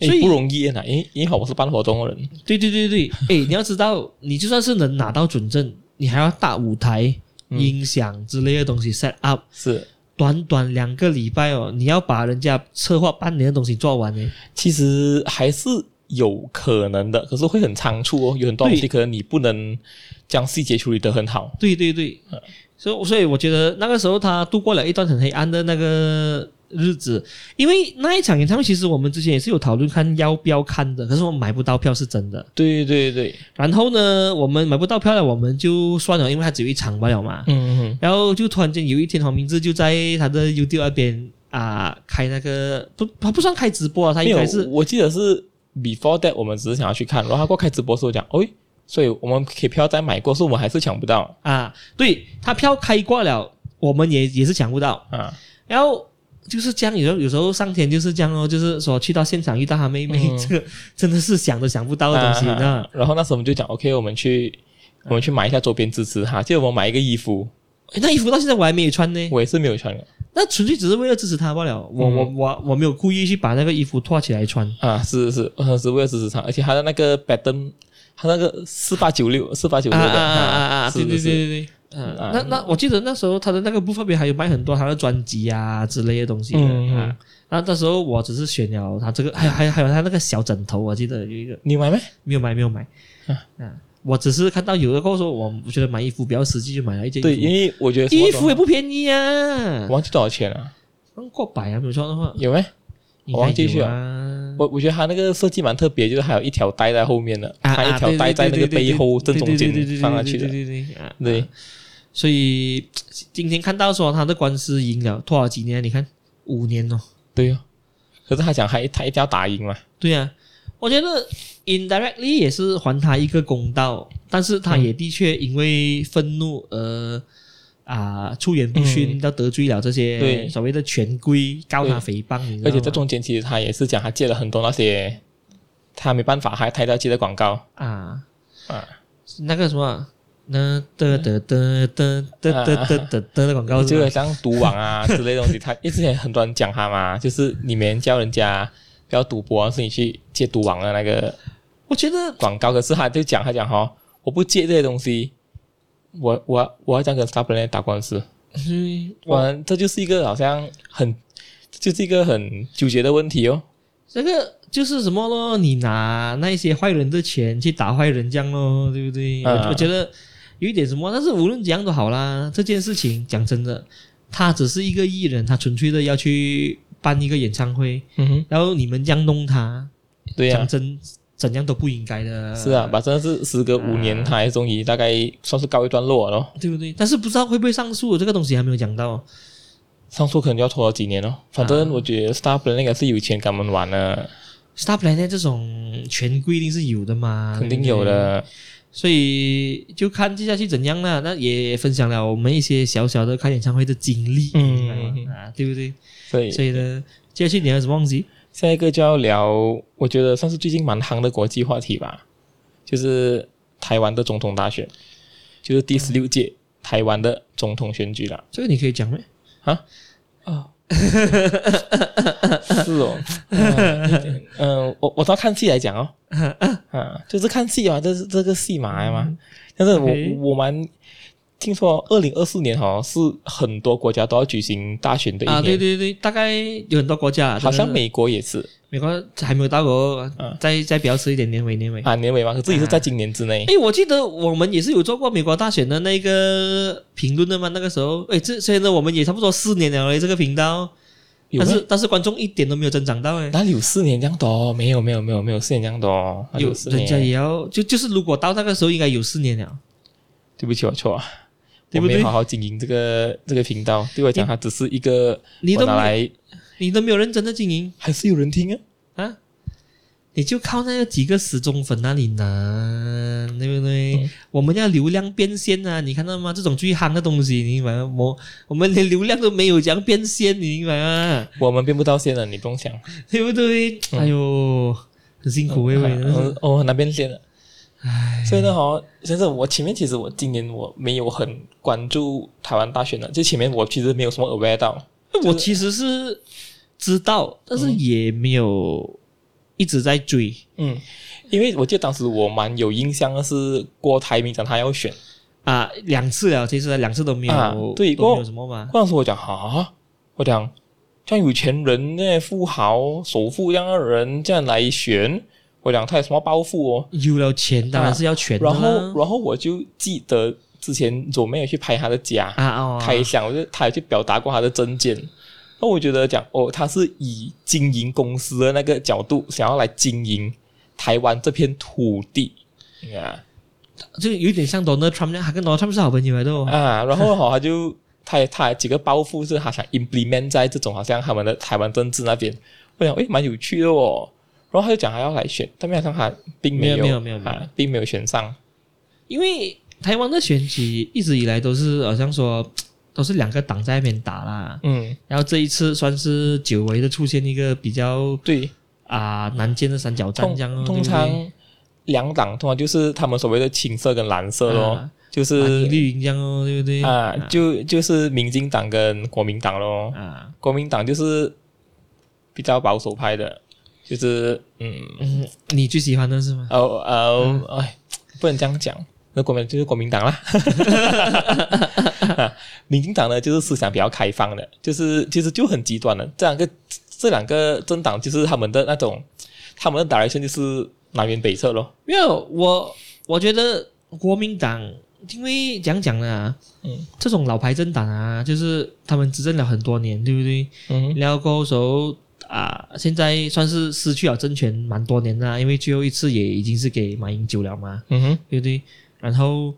Speaker 1: 哎
Speaker 2: 所以
Speaker 1: 不容易啊，因为因为好我是办活动的人，
Speaker 2: 对对对对，哎，你要知道，你就算是能拿到准证，你还要大舞台、
Speaker 1: 嗯
Speaker 2: 音响之类的东西 set up，
Speaker 1: 是，
Speaker 2: 短短两个礼拜哦，你要把人家策划半年的东西做完呢。
Speaker 1: 其实还是有可能的，可是会很仓促哦，有很多东西可能你不能将细节处理得很好，
Speaker 2: 对对对，所以所以我觉得那个时候他度过了一段很黑暗的那个日子，因为那一场演唱会其实我们之前也是有讨论看要不要看的，可是我们买不到票是真的。
Speaker 1: 对对对，
Speaker 2: 然后呢，我们买不到票了，我们就算了，因为他只有一场罢了嘛。
Speaker 1: 嗯嗯
Speaker 2: 然后就突然间有一天，黄明志就在他的 YouTube 那边啊、开那个不，他不算开直播啊，他
Speaker 1: 嗯，没
Speaker 2: 应
Speaker 1: 有
Speaker 2: 该是，
Speaker 1: 我记得是 before that 我们只是想要去看，然后他过开直播的时候讲，哎，所以我们可以票再买过，所以我们还是抢不到
Speaker 2: 啊，对他票开挂了，我们也也是抢不到。
Speaker 1: 啊，
Speaker 2: 然后就是这样，有时候有时候上天就是这样哦，就是说去到现场遇到他妹妹，
Speaker 1: 嗯
Speaker 2: 这个真的是想都想不到的东西，
Speaker 1: 啊
Speaker 2: 你知道吗？
Speaker 1: 然后那时候我们就讲，OK，我们去。
Speaker 2: 啊
Speaker 1: 我们去买一下周边支持哈，记得我们买一个衣服，
Speaker 2: 诶那衣服到现在我还没有穿呢，
Speaker 1: 我也是没有穿的
Speaker 2: 那纯粹只是为了支持他罢了。我、
Speaker 1: 嗯
Speaker 2: 我我我没有故意去把那个衣服脱起来穿。
Speaker 1: 啊，是是是，我是为了支持他，而且他的那个 pattern，他那个四八九六四八九
Speaker 2: 啊
Speaker 1: 六
Speaker 2: 啊
Speaker 1: 的
Speaker 2: 啊啊啊！
Speaker 1: 是
Speaker 2: 对对
Speaker 1: 是
Speaker 2: 对对对。嗯，
Speaker 1: 啊
Speaker 2: 那那我记得那时候他的那个部分别还有卖很多他的专辑啊之类的东西的、
Speaker 1: 嗯嗯
Speaker 2: 啊。那那时候我只是选了他这个，还有还有还有他那个小枕头，我记得有一个
Speaker 1: 你买没？
Speaker 2: 没有买，没有买。啊，我只是看到有的跟我说，我我觉得买衣服比较实际，就买了一件
Speaker 1: 对，因
Speaker 2: 衣
Speaker 1: 为我觉得
Speaker 2: 服。
Speaker 1: 什么
Speaker 2: 衣
Speaker 1: 都
Speaker 2: 服也不便宜啊
Speaker 1: 我，忘记多少钱了、
Speaker 2: 刚过百啊，没有错的话，
Speaker 1: 有没？
Speaker 2: 应该
Speaker 1: 我忘记去
Speaker 2: 有
Speaker 1: 了
Speaker 2: 啊。
Speaker 1: 我我觉得它那个设计蛮特别，就是还有一条带在后面的，
Speaker 2: 啊
Speaker 1: 还有一条带在那个背后正中间放下去
Speaker 2: 对
Speaker 1: 的。
Speaker 2: 对对对啊！
Speaker 1: 对，
Speaker 2: 所以今天看到说他的官司赢了多少几年？你看五年哦。
Speaker 1: 对哦。可是他讲还他一定要打赢嘛，
Speaker 2: 对啊，我觉得 indirectly 也是还他一个公道，但是他也的确因为愤怒而啊出言不逊，要得罪了这些
Speaker 1: 嗯对
Speaker 2: 所谓的权贵，告他诽谤，你知道吗
Speaker 1: 而且在中间其实他也是讲他借了很多那些，他没办法还他一定要接的广告
Speaker 2: 啊
Speaker 1: 啊，
Speaker 2: 那个什么。啊那得得得得得得得得得的广告
Speaker 1: 就是是
Speaker 2: 吧？
Speaker 1: 像赌网啊之类的东西，他因为之前很多人讲他嘛，就是你们叫人家不要赌博，是你去借赌网的那个
Speaker 2: 我觉得
Speaker 1: 广告，可是他就讲他讲哈，我不借这些东西，我我我要这样跟 Star Planet 打官司，
Speaker 2: 嗯
Speaker 1: 不然这就是一个好像很，这就是一个很纠结的问题哦。
Speaker 2: 这个就是什么咯？你拿那些坏人的钱去打坏人，这样咯，对不对？
Speaker 1: 啊
Speaker 2: 我我觉得有一点什么，但是无论怎样都好啦。这件事情讲真的，他只是一个艺人，他纯粹的要去办一个演唱会，
Speaker 1: 嗯哼，
Speaker 2: 然后你们这样弄他，
Speaker 1: 对呀、
Speaker 2: 讲真，怎样都不应该的。
Speaker 1: 是啊，把真的是时隔五年，他还终于大概算是告一段落了咯。
Speaker 2: 对不对？但是不知道会不会上诉，这个东西还没有讲到。
Speaker 1: 上诉可能就要拖了几年哦。反
Speaker 2: 啊
Speaker 1: 正我觉得 Star Planet 应该是有钱跟我们玩了，
Speaker 2: Star Planet 这种权规定是有的嘛，
Speaker 1: 啊肯定有
Speaker 2: 啊对不对
Speaker 1: 的。
Speaker 2: 所以就看接下去怎样啦。那也分享了我们一些小小的看演唱会的经历，
Speaker 1: 嗯
Speaker 2: 明白吗啊，对不对？
Speaker 1: 所以
Speaker 2: 所以呢，接下去你还有什么东西？
Speaker 1: 下一个就要聊，我觉得算是最近蛮夯的国际话题吧，就是台湾的总统大选，就是
Speaker 2: 嗯
Speaker 1: 第十六届台湾的总统选举了。
Speaker 2: 这个你可以讲咩？哦
Speaker 1: 是哦， 嗯、呃我我都要看戏来讲哦，啊，就是看戏嘛，这是这个戏嘛嘛，但是我
Speaker 2: 嗯 OK
Speaker 1: 我蛮听说二零二四年好像是很多国家都要举行大选的一年，
Speaker 2: 啊，对对对，大概有很多国家啊，
Speaker 1: 好像
Speaker 2: 真的是
Speaker 1: 美国也是
Speaker 2: 美国还没有到过，
Speaker 1: 啊
Speaker 2: 再再表示一点年尾年尾。
Speaker 1: 啊，年尾嘛，可自己是在今年之内。
Speaker 2: 哎，我记得我们也是有做过美国大选的那个评论的嘛，那个时候，哎，这所以呢，我们也差不多四年了嘞，这个频道，
Speaker 1: 有
Speaker 2: 但
Speaker 1: 没有啊
Speaker 2: 是但是观众一点都没有增长到哎，
Speaker 1: 哪里有四年这样多？没有没有没有没有四年这样多，哪里
Speaker 2: 有
Speaker 1: 四
Speaker 2: 人家
Speaker 1: 年。
Speaker 2: 也要就就是如果到那个时候应该有四年了，
Speaker 1: 对不起，我错了，啊
Speaker 2: 对不对
Speaker 1: 我没有好好经营这个这个频道，对我来讲它只是一个
Speaker 2: 你
Speaker 1: 我
Speaker 2: 都
Speaker 1: 拿
Speaker 2: 没有
Speaker 1: 来
Speaker 2: 你都没有认真的经营
Speaker 1: 还是有人听啊。
Speaker 2: 啊，你就靠那几个死忠粉那里拿，对不对？
Speaker 1: 嗯
Speaker 2: 我们要流量变现啊，你看到吗？这种最夯的东西，你明白吗？我我们连流量都没有，怎样变现？你明白吗？
Speaker 1: 我们变不到线了，你不用想。
Speaker 2: 对不对？哎呦，很辛苦，微微真的是
Speaker 1: 嗯哦，哪边线了？所以呢，哈，先生，我前面其实我今年我没有很关注台湾大选的，就前面我其实没有什么 aware 到。
Speaker 2: 我其实是知道，但是也没有一直在追。
Speaker 1: 嗯，因为我记得当时我蛮有印象的是郭台铭讲他要选，
Speaker 2: 啊，两次了，其实两次都没有，
Speaker 1: 啊对
Speaker 2: 都没有
Speaker 1: 我
Speaker 2: 什么嘛。
Speaker 1: 当时我讲啊，我讲像有钱人那富豪首富这样的人这样来选，我讲他有什么抱负哦？
Speaker 2: 有了钱啊当然是要全的啦
Speaker 1: 然后然后我就记得之前左妹有去拍他的家，
Speaker 2: 啊哦，啊
Speaker 1: 开箱，我就他有去表达过他的证件。那我觉得讲哦，他是以经营公司的那个角度，想要来经营台湾这片土地啊
Speaker 2: 就有点像 Donald Trump 那样，他跟 Donald Trump 是好朋友来的哦。
Speaker 1: 啊，然后哈、他就他也他有几个包袱是他想 implement 在这种好像他们的台湾政治那边，我想诶蛮有趣的哦。然后他就讲他要来选，但没想到他并有
Speaker 2: 没有没有没有
Speaker 1: 啊，并没有选上。
Speaker 2: 因为台湾的选举一直以来都是好像说都是两个党在那边打啦，
Speaker 1: 嗯，
Speaker 2: 然后这一次算是久违的出现一个比较
Speaker 1: 对，
Speaker 2: 啊、难见的三角战
Speaker 1: 通
Speaker 2: 这样哦，
Speaker 1: 通常两党通常就是他们所谓的青色跟蓝色
Speaker 2: 对不对
Speaker 1: 咯，
Speaker 2: 啊
Speaker 1: 就
Speaker 2: 啊
Speaker 1: 是
Speaker 2: 你绿营这样哦，对不对？
Speaker 1: 啊，就就是民进党跟国民党咯。
Speaker 2: 啊，
Speaker 1: 国民党就是比较保守派的，就是嗯，
Speaker 2: 嗯，你最喜欢的是吗？
Speaker 1: 哦哦，哎，不能这样讲。那国民就是国民党 啦，啊民进党呢就是思想比较开放的，就是其实就很极端的。这两个这两个政党就是他们的那种，他们的 direction 就是南辕北辙咯。
Speaker 2: 没有，我我觉得国民党，因为讲讲呢，
Speaker 1: 嗯
Speaker 2: 这种老牌政党啊，就是他们执政了很多年，对不对？
Speaker 1: 嗯
Speaker 2: 然后过后时候啊，现在算是失去了政权蛮多年啦，因为最后一次也已经是给马英九了嘛，
Speaker 1: 嗯哼。
Speaker 2: 对不对？然后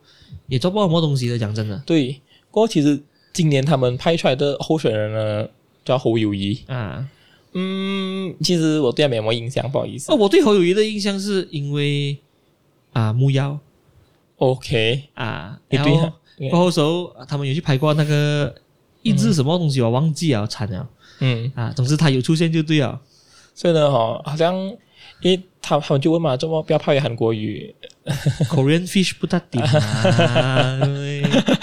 Speaker 2: 也做不到什么东西的，讲真的
Speaker 1: 对，不过其实今年他们派出来的候选人呢，叫侯友谊。
Speaker 2: 啊。
Speaker 1: 嗯，其实我对他没什么印象，不好意思
Speaker 2: 哦，。我对侯友谊的印象是因为啊木妖
Speaker 1: OK，
Speaker 2: 啊，
Speaker 1: 你
Speaker 2: 然
Speaker 1: 对
Speaker 2: 后
Speaker 1: 他对
Speaker 2: 过后时候他们有去拍过那个一只什么东西，我忘记了，惨了
Speaker 1: 嗯，
Speaker 2: 啊。总之他有出现就对了。
Speaker 1: 所以呢，哈，好像因为他他们就问嘛，怎么不要派回韩国语？
Speaker 2: Korean fish 不大 顶啊，对不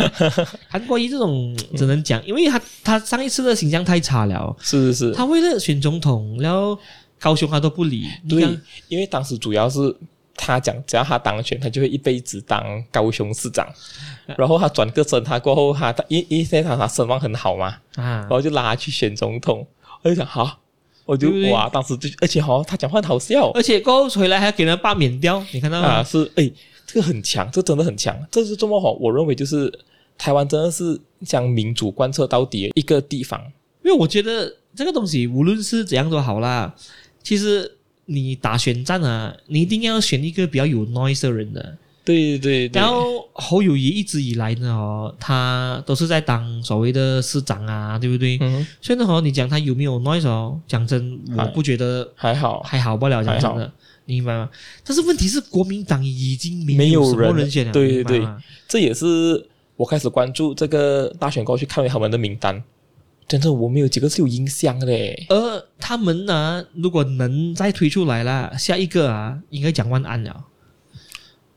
Speaker 2: 对？韩国瑜这种只能讲，因为他他上一次的形象太差了，
Speaker 1: 是是是，
Speaker 2: 他为了选总统，然后高雄他都不理，你
Speaker 1: 对
Speaker 2: 看，
Speaker 1: 因为当时主要是他讲，只要他当选，他就会一辈子当高雄市长。然后他转个身，他过后他他因因为现在他他声望很好嘛，
Speaker 2: 啊
Speaker 1: 然，后就拉他去选总统。我就想好，我就
Speaker 2: 对不对
Speaker 1: 哇，当时就而且哈，他讲话很好笑。
Speaker 2: 而且过后回来还给人罢免掉，你看到
Speaker 1: 啊，
Speaker 2: 吗？
Speaker 1: 是哎，这个很强，这真的很强，这是这么好，我认为就是台湾真的是将民主贯彻到底的一个地方。
Speaker 2: 因为我觉得这个东西无论是怎样都好啦，其实你打选战啊，你一定要选一个比较有 noise 的人的。
Speaker 1: 对对对，
Speaker 2: 然后侯友谊一直以来呢、哦，他都是在当所谓的市长啊，对不对？
Speaker 1: 嗯，
Speaker 2: 所以呢，哦，你讲他有没有 noise 哦？讲真，我
Speaker 1: 哎
Speaker 2: 不觉得
Speaker 1: 还好，
Speaker 2: 还好不了，讲真
Speaker 1: 还
Speaker 2: 的，你明白吗？但是问题是，国民党已经
Speaker 1: 没
Speaker 2: 有
Speaker 1: 有
Speaker 2: 什么
Speaker 1: 人了
Speaker 2: 人选了，
Speaker 1: 对
Speaker 2: 你明白
Speaker 1: 对
Speaker 2: 吗
Speaker 1: 这也是我开始关注这个大选过后去看他们的名单。真的，我们有几个是有影响的嘞。
Speaker 2: 而他们呢，如果能再推出来啦，下一个啊，应该讲万安了，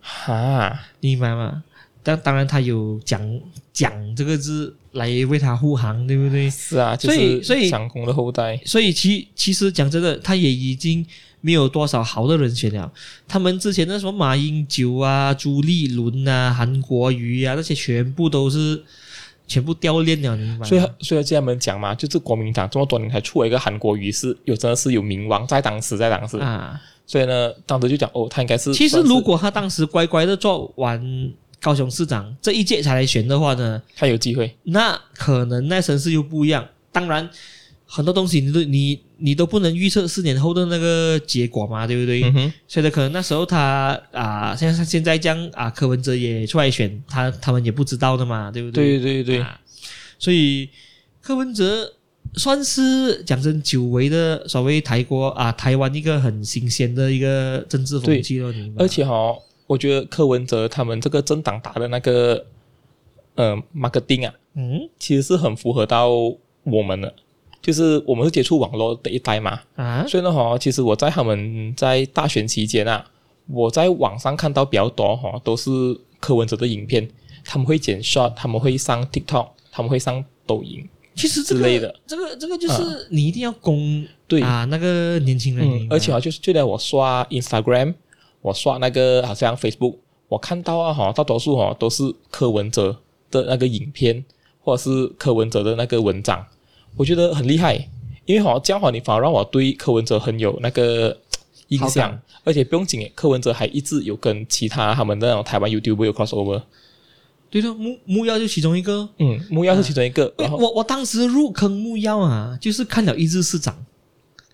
Speaker 1: 哈，
Speaker 2: 你明白吗？但当然他有讲“讲”这个字来为他护航，对不对？
Speaker 1: 是啊，就
Speaker 2: 所以
Speaker 1: 是
Speaker 2: 所以
Speaker 1: 蒋公的后代，
Speaker 2: 所以其其实讲真的，他也已经没有多少好的人选了。他们之前的什么马英九啊、朱立伦啊、韩国瑜啊，那些全部都是全部掉链了，你明白吗？
Speaker 1: 所以所以这样们讲嘛，就是国民党这么多年才出了一个韩国瑜是有真的是有名望在当时在当时，
Speaker 2: 啊，
Speaker 1: 所以呢，当时就讲哦，他应该是
Speaker 2: 其实
Speaker 1: 算是
Speaker 2: 如果他当时乖乖的做完高雄市长这一届才来选的话呢，
Speaker 1: 他有机会，
Speaker 2: 那可能那城市又不一样。当然，很多东西你都你你都不能预测四年后的那个结果嘛，对不对？
Speaker 1: 嗯哼，
Speaker 2: 所以呢，可能那时候他啊，现在现在这样啊，柯文哲也出来选，他他们也不知道的嘛，对不对？
Speaker 1: 对对对，
Speaker 2: 啊所以柯文哲算是讲真久违的所谓台国啊台湾一个很新鲜的一个政治风气了，你明白吗
Speaker 1: 而且哈、我觉得柯文哲他们这个政党打的那个呃 marketing 啊，
Speaker 2: 嗯
Speaker 1: 其实是很符合到我们的，就是我们是接触网络的一代嘛，
Speaker 2: 啊
Speaker 1: 所以呢哈、其实我在他们在大选期间啊，我在网上看到比较多哈、都是柯文哲的影片，他们会剪 shot，他们会上 TikTok，他们会上抖音，
Speaker 2: 其实这个
Speaker 1: 之类的啊
Speaker 2: 这个这个就是你一定要攻
Speaker 1: 对，
Speaker 2: 啊那个年轻人，你
Speaker 1: 嗯
Speaker 2: 明，白吗
Speaker 1: 而且啊，就是就连我刷 Instagram，我刷那个好像 Facebook，我看到啊哈，大多数哈都是柯文哲的那个影片，或者是柯文哲的那个文章，我觉得很厉害，因为哈这样哈你反而让我对柯文哲很有那个呃印
Speaker 2: 好
Speaker 1: 象
Speaker 2: 感，
Speaker 1: 而且不用紧耶，柯文哲还一直有跟其他他们的那种台湾 YouTube 有 crossover，
Speaker 2: 对的木木曜就其中一个。
Speaker 1: 嗯，木曜是其中一个，
Speaker 2: 喂
Speaker 1: 然后
Speaker 2: 我我当时入坑木曜啊，就是看了一日市长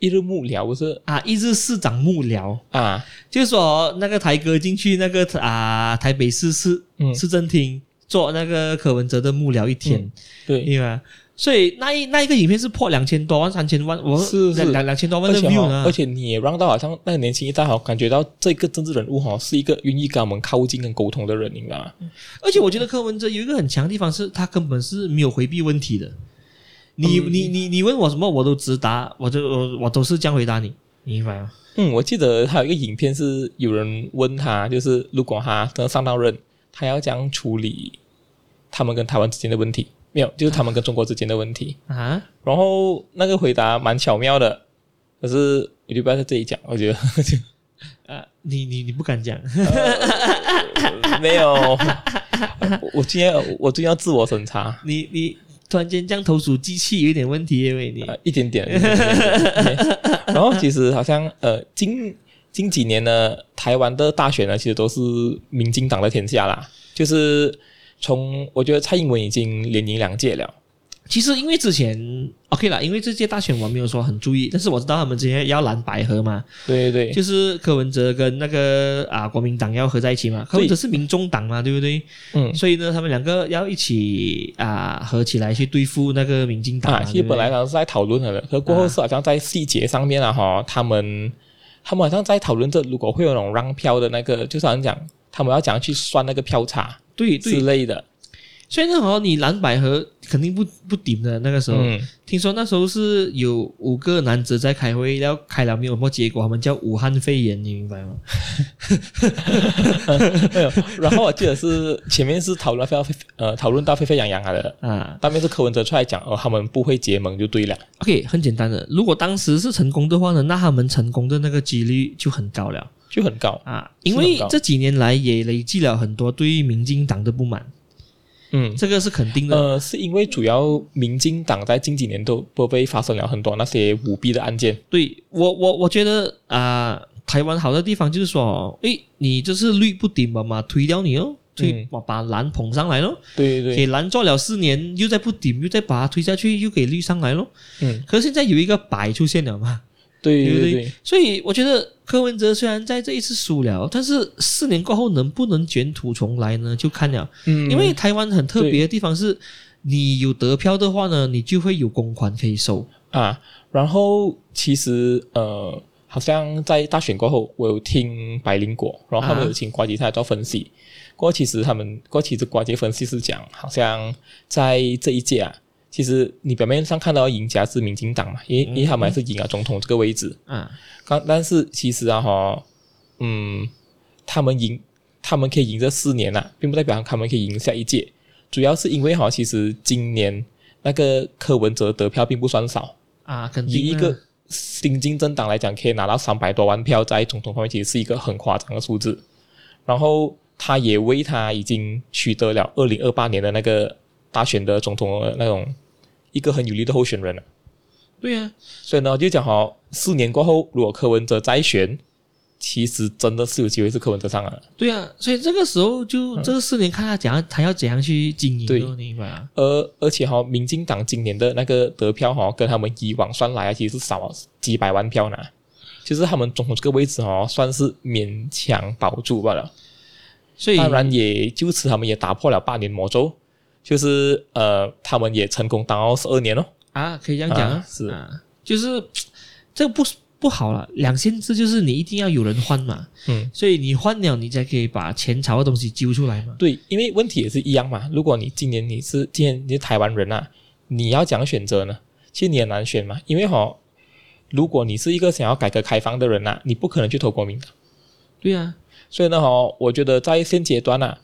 Speaker 1: 一日幕僚不是
Speaker 2: 啊，一日市长幕僚，
Speaker 1: 啊，
Speaker 2: 就是说那个台哥进去那个啊、台北市市
Speaker 1: 嗯，
Speaker 2: 市政厅做那个柯文哲的幕僚一天，
Speaker 1: 对，
Speaker 2: 对吧？所以那一那一个影片是破两千多万、三千万，我
Speaker 1: 是是
Speaker 2: 两两两千多万
Speaker 1: 而
Speaker 2: 的
Speaker 1: 且
Speaker 2: view
Speaker 1: 哈，
Speaker 2: 呢
Speaker 1: 而。且你也让到好像那个年轻一代哈，感觉到这个政治人物哈是一个愿意跟我们靠近跟沟通的人，你知道吗？
Speaker 2: 而且我觉得柯文哲有一个很强的地方是，他根本是没有回避问题的。你、
Speaker 1: 嗯
Speaker 2: 你你你问我什么，我都直答，我就我我都是这样回答你，你明白吗？
Speaker 1: 嗯，我记得还有一个影片是有人问他，就是如果他真的上到任，他要怎样处理他们跟台湾之间的问题？没有，就是他们跟中国之间的问题。
Speaker 2: 啊，
Speaker 1: 然后那个回答蛮巧妙的，可是我就不要在这里讲，我觉得
Speaker 2: 呃，你你你不敢讲，
Speaker 1: 没有。我我今天我最近要自我审查，
Speaker 2: 你你突然间这样投鼠忌器有一点问题耶，喂你。
Speaker 1: 呃，一 点点。一点点然后其实好像呃，近近几年呢，台湾的大选呢，其实都是民进党的天下啦。就是从我觉得蔡英文已经连赢两届了，
Speaker 2: 其实因为之前 OK 啦，因为这届大选我没有说很注意，但是我知道他们之前要蓝白合嘛，
Speaker 1: 对对对，
Speaker 2: 就是柯文哲跟那个啊国民党要合在一起嘛，柯文哲是民众党嘛，对不对？
Speaker 1: 嗯
Speaker 2: 所以呢，他们两个要一起啊合起来去对付那个民进党嘛
Speaker 1: 啊，其实
Speaker 2: 对不
Speaker 1: 本
Speaker 2: 对
Speaker 1: 来呢是在讨论的，可过
Speaker 2: 啊
Speaker 1: 后是好像在细节上面啊哈，他们他们好像在讨论这如果会有那种让票的那个，就是好像讲他们要怎样去算那个票差
Speaker 2: 对
Speaker 1: 之
Speaker 2: 对，
Speaker 1: 类的，
Speaker 2: 所以那好，你蓝白合肯定不不顶的那个时候。
Speaker 1: 嗯，
Speaker 2: 听说那时候是有五个男子在开会，然后开了没有什么结果，他们叫武汉肺炎，你明白吗？
Speaker 1: 没有。然后我记得是前面是讨论非常呃讨论到沸沸扬扬啊的，
Speaker 2: 啊，
Speaker 1: 当面是柯文哲出来讲，哦，他们不会结盟就对了。
Speaker 2: OK，很简单的，如果当时是成功的话呢，那他们成功的那个几率就很高了
Speaker 1: 就很高，
Speaker 2: 啊，因为
Speaker 1: 是很高
Speaker 2: 这几年来也累积了很多对民进党的不满，
Speaker 1: 嗯，
Speaker 2: 这个是肯定的。
Speaker 1: 呃，是因为主要民进党在近几年都都被发生了很多那些舞弊的案件，
Speaker 2: 对我，我我觉得啊、台湾好的地方就是说，诶，你就是绿不顶嘛嘛，推掉你哦，推
Speaker 1: 嗯
Speaker 2: 把把蓝捧上来咯，
Speaker 1: 对对对，
Speaker 2: 给蓝做了四年，又再不顶，又再把它推下去，又给绿上来咯。
Speaker 1: 嗯，
Speaker 2: 可是现在有一个白出现了嘛，
Speaker 1: 对
Speaker 2: 对不
Speaker 1: 对
Speaker 2: 对
Speaker 1: 对，
Speaker 2: 所以我觉得柯文哲虽然在这一次输了，但是四年过后能不能卷土重来呢？就看了。
Speaker 1: 嗯，
Speaker 2: 因为台湾很特别的地方是，你有得票的话呢，你就会有公款可以收。
Speaker 1: 啊，然后其实呃，好像在大选过后，我有听百灵果，然后他们
Speaker 2: 啊
Speaker 1: 有请瓜吉他做分析。过后其实他们过后其实瓜吉分析是讲，好像在这一届啊，其实你表面上看到赢家是民进党嘛，因为因为他们还是赢了啊总统这个位置，
Speaker 2: 啊，
Speaker 1: 刚但是其实啊哈，嗯，他们赢，他们可以赢这四年呐、并不代表他们可以赢下一届。主要是因为哈，其实今年那个柯文哲得票并不算少，
Speaker 2: 啊，肯定
Speaker 1: 以一
Speaker 2: 啊
Speaker 1: 个新进政党来讲，可以拿到三百多万票，在总统方面其实是一个很夸张的数字。然后他也为他已经取得了二零二八年的那个大选的总统的那种一个很有力的候选人了。
Speaker 2: 对啊，
Speaker 1: 所以呢，就讲好四年过后，如果柯文哲再选，其实真的是有机会是柯文哲上来了。
Speaker 2: 对啊，所以这个时候
Speaker 1: 嗯
Speaker 2: 就这四年看他怎样，他要怎样去经营
Speaker 1: 对
Speaker 2: 咯，你明白啊？
Speaker 1: 而而且哈、民进党今年的那个得票哈、跟他们以往算来啊，其实是少了几百万票呢。就是他们总统这个位置哦，算是勉强保住罢了。
Speaker 2: 所以
Speaker 1: 当然，也就此他们也打破了八年魔咒，就是呃，他们也成功当了十二年哦。
Speaker 2: 啊，可以这样讲
Speaker 1: 啊是
Speaker 2: 啊，就是这个不不好了，两限制就是你一定要有人换嘛，
Speaker 1: 嗯，
Speaker 2: 所以你换了，你才可以把前朝的东西揪出来嘛。
Speaker 1: 对，因为问题也是一样嘛。如果你今年你是今年你是台湾人啊，你要讲选择呢，其实你很难选嘛，因为哈、如果你是一个想要改革开放的人呐、你不可能去投国民党。
Speaker 2: 对啊，
Speaker 1: 所以呢，哈，我觉得在现阶段啊，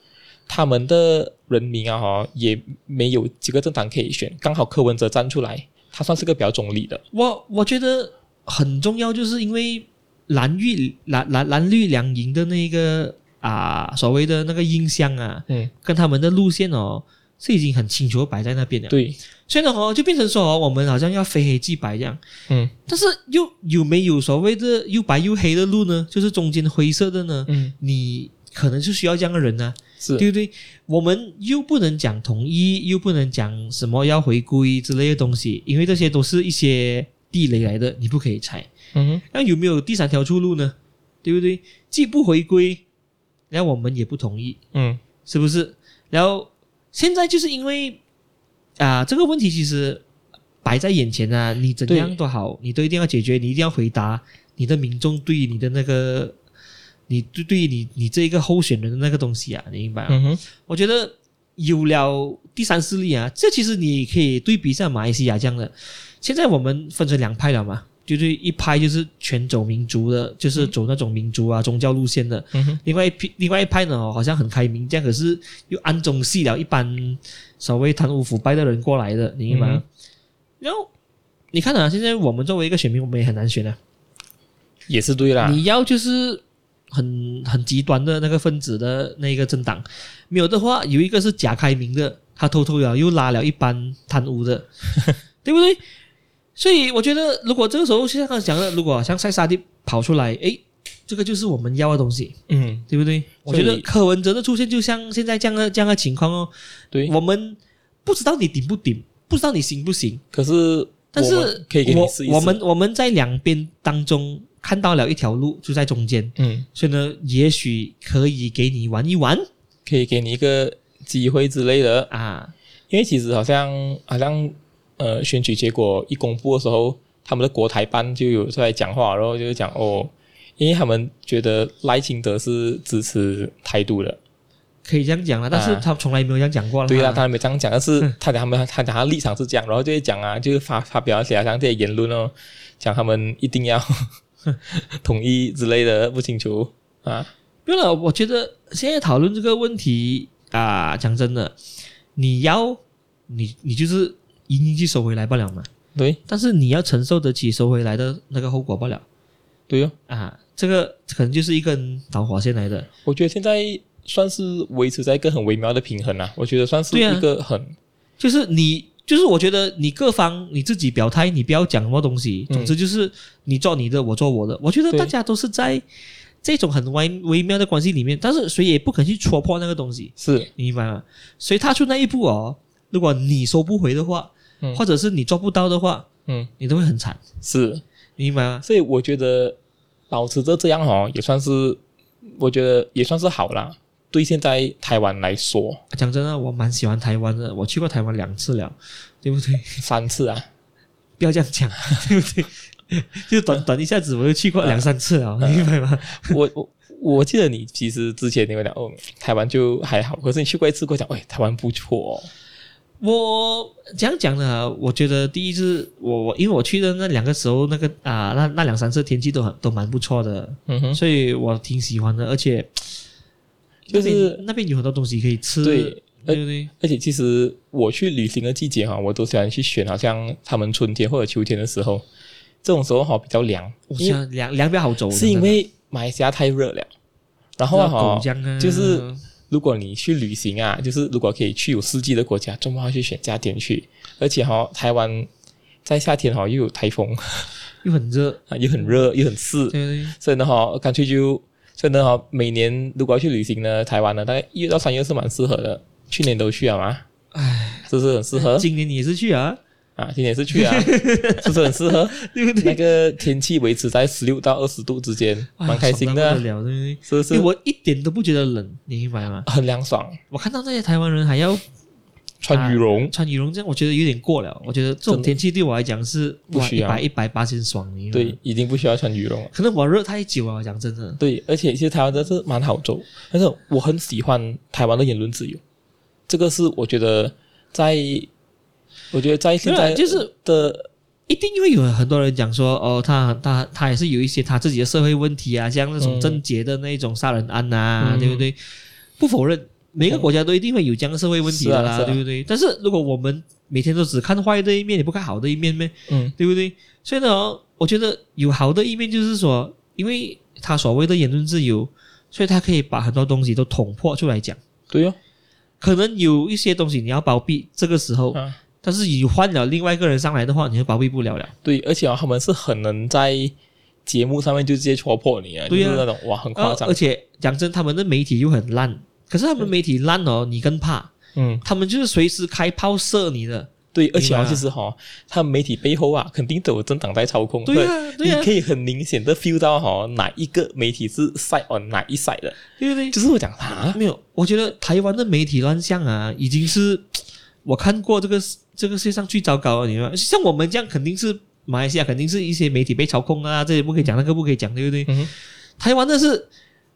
Speaker 1: 他们的人民啊，哈，也没有几个政党可以选，刚好柯文哲站出来，他算是个比较中立的。
Speaker 2: 我我觉得很重要，就是因为蓝绿蓝蓝蓝绿两营的那个啊所谓的那个印象啊，
Speaker 1: 嗯，
Speaker 2: 跟他们的路线哦是已经很清楚地摆在那边了。
Speaker 1: 对，
Speaker 2: 所以呢，哦，就变成说、哦，我们好像要非黑即白这样，
Speaker 1: 嗯
Speaker 2: 但是又有没有所谓的又白又黑的路呢？就是中间灰色的呢？
Speaker 1: 嗯，
Speaker 2: 你可能就需要这样的人呢、啊
Speaker 1: 是，
Speaker 2: 对不对？我们又不能讲统一，又不能讲什么要回归之类的东西，因为这些都是一些地雷来的，你不可以踩。
Speaker 1: 嗯
Speaker 2: 那有没有第三条出路呢？对不对？既不回归，然后我们也不同意，
Speaker 1: 嗯
Speaker 2: 是不是？然后现在就是因为啊、这个问题其实摆在眼前啊，你怎样
Speaker 1: 对
Speaker 2: 都好，你都一定要解决，你一定要回答你的民众对你的那个，你对对你你这一个候选人的那个东西啊，你明白吗？
Speaker 1: 嗯哼，
Speaker 2: 我觉得有了第三势力啊，这其实你可以对比一下马来西亚这样的。现在我们分成两派了嘛，就是一派就是全走民族的，就是走那种民族啊、宗教路线的；
Speaker 1: 嗯哼，
Speaker 2: 另外一批另外一派呢，好像很开明，这样可是又暗中吸了一般所谓贪污腐败的人过来的，你明白吗？
Speaker 1: 嗯
Speaker 2: 然后你看啊，现在我们作为一个选民，我们也很难选啊。
Speaker 1: 也是对啊啦。
Speaker 2: 你要就是很很极端的那个分子的那个政党，没有的话，有一个是假开明的，他偷偷了又拉了一班贪 污的，对不对？所以我觉得，如果这个时候像刚才讲的，如果像塞沙地跑出来，诶，这个就是我们要的东西，
Speaker 1: 嗯，
Speaker 2: 对不对？我
Speaker 1: 所
Speaker 2: 觉
Speaker 1: 以
Speaker 2: 得柯文哲的出现就像现在这样的这样的情况哦，
Speaker 1: 对。
Speaker 2: 我们不知道你顶不顶，不知道你行不行，
Speaker 1: 可是，
Speaker 2: 但是
Speaker 1: 可以给你
Speaker 2: 我
Speaker 1: 试一试。
Speaker 2: 我们我们在两边当中看到了一条路，就在中间。
Speaker 1: 嗯，
Speaker 2: 所以呢，也许可以给你玩一玩
Speaker 1: 可以给你一个机会之类的。
Speaker 2: 啊。
Speaker 1: 因为其实好像好像呃选举结果一公布的时候，他们的国台办就有出来讲话，然后就是讲哦，因为他们觉得赖清德是支持台独的，
Speaker 2: 可以这样讲了，但是
Speaker 1: 啊
Speaker 2: 他从来没有这样讲过了。
Speaker 1: 对啦，
Speaker 2: 啊
Speaker 1: 他还没这样讲，但是他讲他们他讲他立场是这样，然后就会讲啊，就是发发表一些好像这些言论哦，讲他们一 定要统一之类的，不清楚啊，
Speaker 2: 没有了。我觉得现在讨论这个问题啊，讲真的，你要你你就是赢进去收回来不了嘛，
Speaker 1: 对
Speaker 2: 但是你要承受得起收回来的那个后果不了
Speaker 1: 对哦，
Speaker 2: 啊。这个可能就是一根导火线来的。
Speaker 1: 我觉得现在算是维持在一个很微妙的平衡啊，我觉得算是
Speaker 2: 对啊
Speaker 1: 一个很、
Speaker 2: 就是你，就是我觉得你各方你自己表态，你不要讲什么东西。
Speaker 1: 嗯
Speaker 2: 总之就是你做你的，我做我的。我觉得
Speaker 1: 对
Speaker 2: 大家都是在这种很微微妙的关系里面，但是谁也不肯去戳破那个东西，
Speaker 1: 是
Speaker 2: 你明白吗？谁踏出那一步哦，如果你收不回的话，
Speaker 1: 嗯
Speaker 2: 或者是你做不到的话，
Speaker 1: 嗯
Speaker 2: 你都会很惨，
Speaker 1: 是。
Speaker 2: 你明白吗？
Speaker 1: 所以我觉得保持着这样哦，也算是我觉得也算是好啦。对现在台湾来说，
Speaker 2: 讲真的，我蛮喜欢台湾的，我去过台湾两次了，对不对？
Speaker 1: 三次 啊，
Speaker 2: 不要这样讲，对不对？就 短短一下子，我就去过两三次了，你明白吗？
Speaker 1: 我我我记得你其实之前你会讲哦，台湾就还好，可是你去过一次，跟我讲，喂、台湾不错哦，
Speaker 2: 我这样讲呢，我觉得第一是我我因为我去的那两个时候，那个啊、那那两三次天气都很都蛮不错的，
Speaker 1: 嗯哼，
Speaker 2: 所以我挺喜欢的，而且
Speaker 1: 就是
Speaker 2: 那边那边有很多东西可以吃，
Speaker 1: 对呃
Speaker 2: 对不对？
Speaker 1: 而且其实我去旅行的季节哈，我都喜欢去选好像他们春天或者秋天的时候，这种时候哈比较凉，
Speaker 2: 我
Speaker 1: 因为
Speaker 2: 想凉凉比较好走，
Speaker 1: 是因为马来西亚太热了。然后啊
Speaker 2: 狗
Speaker 1: 哈，
Speaker 2: 姜啊，
Speaker 1: 就是如果你去旅行啊，就是如果可以去有四季的国家，周末要去选夏天去，而且哈、台湾在夏天哈、又有台风，
Speaker 2: 又很热，
Speaker 1: 啊又很
Speaker 2: 嗯
Speaker 1: 热又很湿
Speaker 2: 对，对
Speaker 1: 所以呢哈、干脆就所以呢哈、每年如果要去旅行呢，台湾呢大概一月到三月是蛮适合的，去年都去了嘛，唉，是不是很适合
Speaker 2: 对，今年你也是 去啊，
Speaker 1: 啊？今年是去 啊，是不是很适合？
Speaker 2: 对不
Speaker 1: 那
Speaker 2: 对？
Speaker 1: 个天气维持在十六到二十度之间，
Speaker 2: 哇
Speaker 1: 蛮开心
Speaker 2: 爽到
Speaker 1: 的啊，
Speaker 2: 不得了，对不
Speaker 1: 是不
Speaker 2: 对？因
Speaker 1: 是
Speaker 2: 为？我一点都不觉得冷，你明白吗？
Speaker 1: 很凉爽，
Speaker 2: 我看到那些台湾人还要
Speaker 1: 穿羽绒，
Speaker 2: 穿羽绒这样，我觉得有点过了。我觉得这
Speaker 1: 真
Speaker 2: 种
Speaker 1: 的
Speaker 2: 天气对我来讲是
Speaker 1: 不需要
Speaker 2: 一百一百八千爽，你明白吗
Speaker 1: 对，，已经不需要穿羽绒了。
Speaker 2: 可能我热太久了，讲真的，
Speaker 1: 对，而且其实台湾真的是蛮好走，但是我很喜欢台湾的言论自由，这个是我觉得在，我觉得在现
Speaker 2: 没有
Speaker 1: 在
Speaker 2: 啦就是
Speaker 1: 的
Speaker 2: 一定会有很多人讲说，哦，他他他也是有一些他自己的社会问题啊，像那种
Speaker 1: 嗯
Speaker 2: 症结的那种杀人案呐、
Speaker 1: 嗯
Speaker 2: 对不对？不否认，每个国家都一定会有这样的社会问题的
Speaker 1: 是啊
Speaker 2: 啦，
Speaker 1: 是啊
Speaker 2: 对不对？但是如果我们每天都只看坏的一面，也不看好的一面咩，
Speaker 1: 嗯
Speaker 2: 对不对？所以呢、哦我觉得有好的一面就是说，因为他所谓的言论自由，所以他可以把很多东西都捅破出来讲。
Speaker 1: 对哦，
Speaker 2: 可能有一些东西你要包庇，这个时候，
Speaker 1: 啊
Speaker 2: 但是你换了另外一个人上来的话，你就包庇不了了。
Speaker 1: 对，而且、啊、他们是很能在节目上面就直接戳破你啊，
Speaker 2: 对啊
Speaker 1: 就是那种哇很夸
Speaker 2: 呃
Speaker 1: 张
Speaker 2: 而，且讲真，他们的媒体又很烂，可是他们媒体烂哦，你更怕，
Speaker 1: 嗯，
Speaker 2: 他们就是随时开炮射你的。
Speaker 1: 对，而且
Speaker 2: 明
Speaker 1: 啊
Speaker 2: 白
Speaker 1: 其实哈、他们媒体背后啊肯定都有政党在操控，
Speaker 2: 对啊，对
Speaker 1: 你
Speaker 2: 啊，
Speaker 1: 可以很明显的 feel 到哈、哪一个媒体是 side on 哪一 side 的，
Speaker 2: 对不对？
Speaker 1: 就是我讲啊，
Speaker 2: 没有，我觉得台湾的媒体乱象啊，已经是我看过这个这个世界上最糟糕的。你们像我们这样，肯定是马来西亚，肯定是一些媒体被操控啊，这也不可以讲，那个不可以讲，对不对？
Speaker 1: 嗯哼
Speaker 2: 台湾的是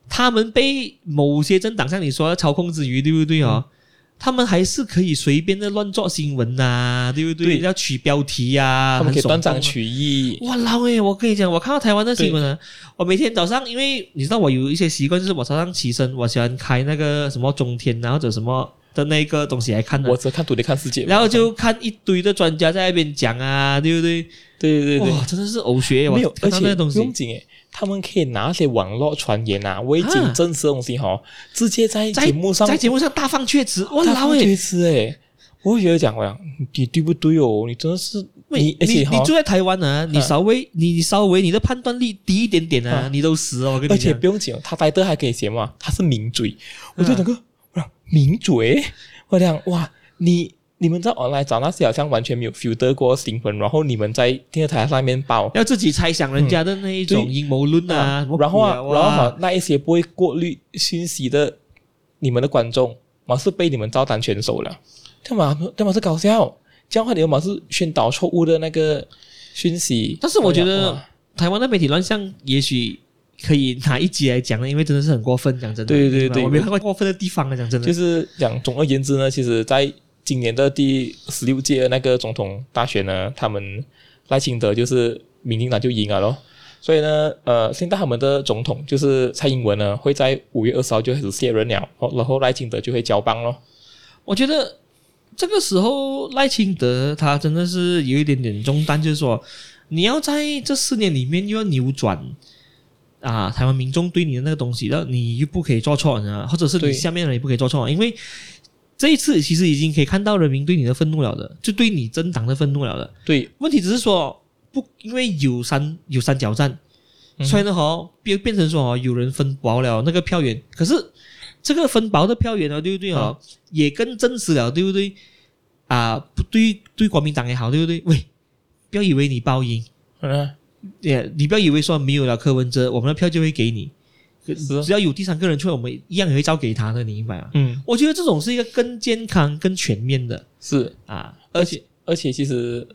Speaker 2: 他们被某些政党像你说的操控之余，对不对哦？
Speaker 1: 嗯
Speaker 2: 他们还是可以随便的乱做新闻呐、对不对？
Speaker 1: 对
Speaker 2: 要取标题呀、
Speaker 1: 他们可以断章
Speaker 2: 很耸动啊
Speaker 1: 取义，
Speaker 2: 哇老诶，我跟你讲，我看到台湾的新闻啊，我每天早上，因为你知道我有一些习惯，就是我早上起身，我喜欢开那个什么中天啊或者什么的那个东西来看的、
Speaker 1: 我只看独立看世界嘛，
Speaker 2: 然后就看一堆的专家在那边讲啊，对不对？
Speaker 1: 对对对
Speaker 2: 哇，真的是呕血耶！我
Speaker 1: 没有，而
Speaker 2: 看到
Speaker 1: 且
Speaker 2: 那个东
Speaker 1: 不用
Speaker 2: 西，
Speaker 1: 紧诶，他们可以拿一些网络传言啊、未经证实的东西哈、直接在
Speaker 2: 在
Speaker 1: 节目上
Speaker 2: 在节目上大放厥词，哇老
Speaker 1: 去
Speaker 2: 诶，
Speaker 1: 吃诶，我会觉得讲我讲你对不对哦？你真的是
Speaker 2: 喂
Speaker 1: 你，而
Speaker 2: 你
Speaker 1: 且哈
Speaker 2: 你，住在台湾啊，你
Speaker 1: 啊
Speaker 2: 稍微你你稍微你的判断力低一点点啊
Speaker 1: 啊，
Speaker 2: 你都死了，我跟
Speaker 1: 而
Speaker 2: 你
Speaker 1: 且
Speaker 2: 讲，啊
Speaker 1: 不用紧，哦他呆的还可以写嘛，他是名嘴，我就整个我讲名嘴，我讲哇你。你们在 online 找那些好像完全没有 filter 过的新闻，然后你们在电视台上面报，
Speaker 2: 要自己猜想人家的那一种
Speaker 1: 对
Speaker 2: 阴谋论啊，什么
Speaker 1: 然后啊，
Speaker 2: 鬼
Speaker 1: 然后
Speaker 2: 哇
Speaker 1: 哈，那一些不会过滤信息的你们的观众，嘛是被你们照单全收了，干嘛干嘛是搞笑？这样的话你们嘛是宣导错误的那个讯息。哎
Speaker 2: 但是我觉得
Speaker 1: 哇
Speaker 2: 台湾的媒体乱象，也许可以拿一集来讲了，因为真的是很过分，讲真的。
Speaker 1: 对对
Speaker 2: 明白吗
Speaker 1: 对
Speaker 2: 我没有看过过分的地方啊，讲真的。
Speaker 1: 就是讲，总而言之呢，其实在今年的第十六届那个总统大选呢，他们赖清德就是民进党就赢了咯。所以呢，呃，现在他们的总统就是蔡英文呢，会在五月二十号就开始卸任了，哦然后赖清德就会交棒咯。
Speaker 2: 我觉得这个时候赖清德他真的是有一点点中担，就是说你要在这四年里面又要扭转啊台湾民众对你的那个东西，然后你又不可以做错人啊，或者是你
Speaker 1: 对
Speaker 2: 下面的人也不可以做错，因为。这一次其实已经可以看到人民对你的愤怒了的，就对你政党的愤怒了的。
Speaker 1: 对，
Speaker 2: 问题只是说不，因为有三有三角战，
Speaker 1: 嗯
Speaker 2: 所以呢，哦，变变成说哦，有人分薄了那个票源，可是这个分薄的票源呢，对不对哦，也更证实了，对不对？啊，不对，对国民党也好，对不对？喂，不要以为你报赢，
Speaker 1: 嗯，
Speaker 2: 也你不要以为说没有了柯文哲，我们的票就会给你，
Speaker 1: 是啊
Speaker 2: 只要有第三个人出来，我们一样也会照给他的，你明白吗？
Speaker 1: 嗯，
Speaker 2: 我觉得这种是一个更健康、更全面的
Speaker 1: 是，
Speaker 2: 啊，而
Speaker 1: 而
Speaker 2: 且
Speaker 1: 且而且其实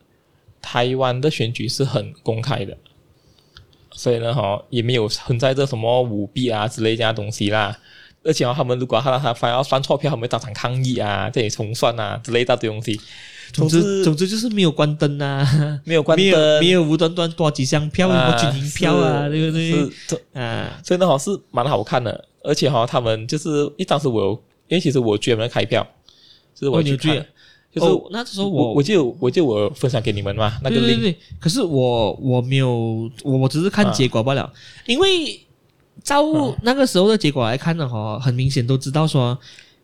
Speaker 1: 台湾的选举是很公开的，所以呢，哈，也没有存在着什么舞弊啊之类这样的东西啦。而啊且、哦、他们如果他他反而算错票，他们会当场抗议啊，这里重算啊之类一大堆东西。
Speaker 2: 总
Speaker 1: 总
Speaker 2: 之
Speaker 1: 之
Speaker 2: 总之就是没有关灯啊，
Speaker 1: 没有关
Speaker 2: 没
Speaker 1: 灯，
Speaker 2: 有没有无端端多几箱票，
Speaker 1: 啊
Speaker 2: 什么军营票啊，
Speaker 1: 是
Speaker 2: 对不对？
Speaker 1: 是这
Speaker 2: 啊，
Speaker 1: 所以呢，好是蛮好看的，而且哈，他们就是因为当时我有，因为其实我专门开票，就是我
Speaker 2: 哦你
Speaker 1: 去看
Speaker 2: 有追啊，
Speaker 1: 就是
Speaker 2: 哦那时候
Speaker 1: 我
Speaker 2: 我
Speaker 1: 我就我就我分享给你们嘛，那个
Speaker 2: 对
Speaker 1: link
Speaker 2: 对对，可是我我没有，我我只是看结果罢了，因为照那个时候的结果来看的话，很明显都知道说，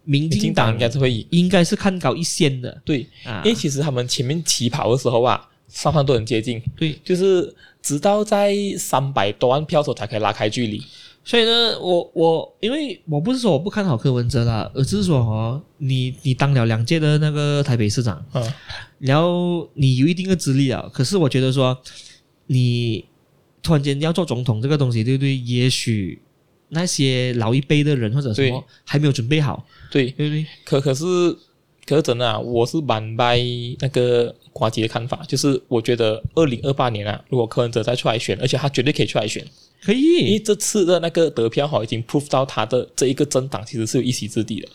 Speaker 2: 民
Speaker 1: 民进
Speaker 2: 进
Speaker 1: 党
Speaker 2: 党
Speaker 1: 应该是会赢，
Speaker 2: 应该是看高一线的
Speaker 1: 对，
Speaker 2: 啊
Speaker 1: 因，为其实他们前面起跑的时候啊，双方都很接近，
Speaker 2: 对，
Speaker 1: 就是直到在三百多万票的时候才可以拉开距离，
Speaker 2: 所以呢，我我因为我不是说我不看好柯文哲啦，而是说哦，你你当了两届的那个台北市长，
Speaker 1: 嗯，
Speaker 2: 然后你有一定的资历啊，可是我觉得说，你突然间要做总统这个东西，对不对？也许那些老一辈的人或者什么
Speaker 1: 对
Speaker 2: 还没有准备好，
Speaker 1: 对，
Speaker 2: 对不对？
Speaker 1: 可可是可是真的啊，我是蛮拜那个瓜姐的看法，就是我觉得二零二八年啊，如果柯文哲再出来选，而且他绝对可以出来选。
Speaker 2: 可
Speaker 1: 因为
Speaker 2: 以，
Speaker 1: 这次的那个得票哈，已经 prove 到他的这一个政党其实是有一席之地的，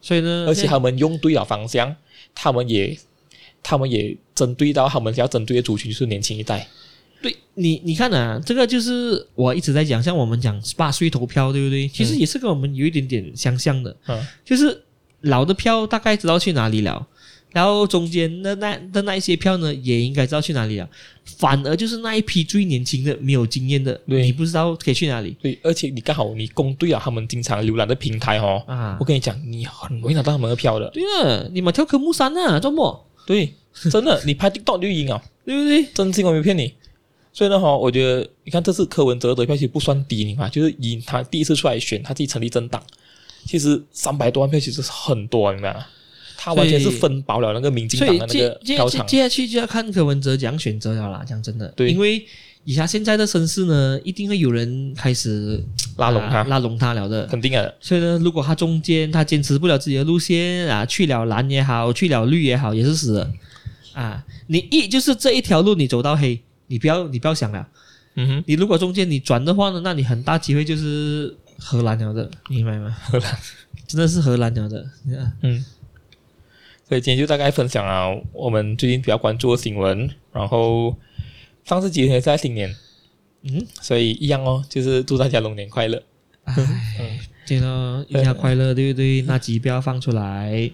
Speaker 2: 所以呢，
Speaker 1: 而且他们用对了方向，他们也他们也针对到他们要针对的族群就是年轻一代，
Speaker 2: 对你，你看啊，这个就是我一直在讲，像我们讲十八岁投票，对不对？其实也是跟我们有一点点相像的，
Speaker 1: 嗯，
Speaker 2: 就是老的票大概知道去哪里了，然后中间的那的那一些票呢，也应该知道去哪里了。反而就是那一批最年轻的、没有经验的，
Speaker 1: 对
Speaker 2: 你不知道可以去哪里
Speaker 1: 对，而且你刚好你攻对了他们经常浏览的平台哦，
Speaker 2: 啊
Speaker 1: 我？跟你讲，你很容易拿到他们的票的，
Speaker 2: 对啊，你们跳科目三啊，周末
Speaker 1: 对，真的， 你拍 TikTok 你就赢啊，
Speaker 2: 对不对？
Speaker 1: 真心我没骗你。所以呢，哈，我觉得你看这次柯文哲得票其实不算低，你看，就是以他第一次出来选，他自己成立政党，其实三百多万票其实是很多，你明白吗？他完全是分薄了那个民进
Speaker 2: 所
Speaker 1: 党
Speaker 2: 以
Speaker 1: 的那
Speaker 2: 接
Speaker 1: 个
Speaker 2: 接
Speaker 1: 票
Speaker 2: 接
Speaker 1: 场，
Speaker 2: 接下去就要看柯文哲怎样选择了啦。讲真的，
Speaker 1: 对
Speaker 2: 因为以他现在的身世呢，一定会有人开始
Speaker 1: 拉拢
Speaker 2: 啊
Speaker 1: 他，
Speaker 2: 拉拢他了的。
Speaker 1: 肯定啊，
Speaker 2: 所以呢，如果他中间他坚持不了自己的路线啊，去了蓝也好，去了绿也好，也是死的啊。你一就是这一条路你走到黑，你不要你不要想了。
Speaker 1: 嗯哼，
Speaker 2: 你如果中间你转的话呢，那你很大机会就是荷兰了的，明白吗？
Speaker 1: 荷兰，
Speaker 2: 真的是荷兰了的。啊
Speaker 1: 嗯。所以今天就大概分享了我们最近比较关注的新闻，然后上次集也是在新年，
Speaker 2: 嗯，
Speaker 1: 所以一样哦，就是祝大家龙年快乐。
Speaker 2: 唉，对咯，一定要快乐，对不对？那集不要放 出来，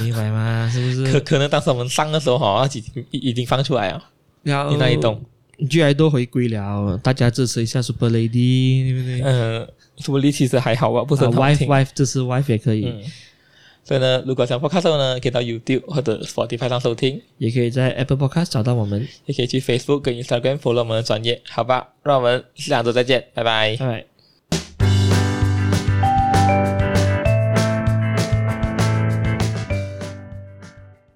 Speaker 2: 明白吗？是不
Speaker 1: 可
Speaker 2: 是？
Speaker 1: 可能当时我们上的时候哈，已经已经放出来了，
Speaker 2: 然后
Speaker 1: 你哪里懂？
Speaker 2: 居然都回归了，大家支持一下 Super Lady，对不对？
Speaker 1: 嗯，说不定其实还好吧，不是
Speaker 2: 啊
Speaker 1: 很好
Speaker 2: ，wife
Speaker 1: 听。
Speaker 2: wife 这是 wife 也可以，
Speaker 1: 嗯，所以呢，如果想 podcast 的话呢，可以到 YouTube 或者 Spotify 上收听，
Speaker 2: 也可以在 Apple Podcast 找到我们。
Speaker 1: 也可以去 Facebook 跟 Instagram follow 我们的专业，好吧？让我们下周再见，拜拜。
Speaker 2: 拜拜。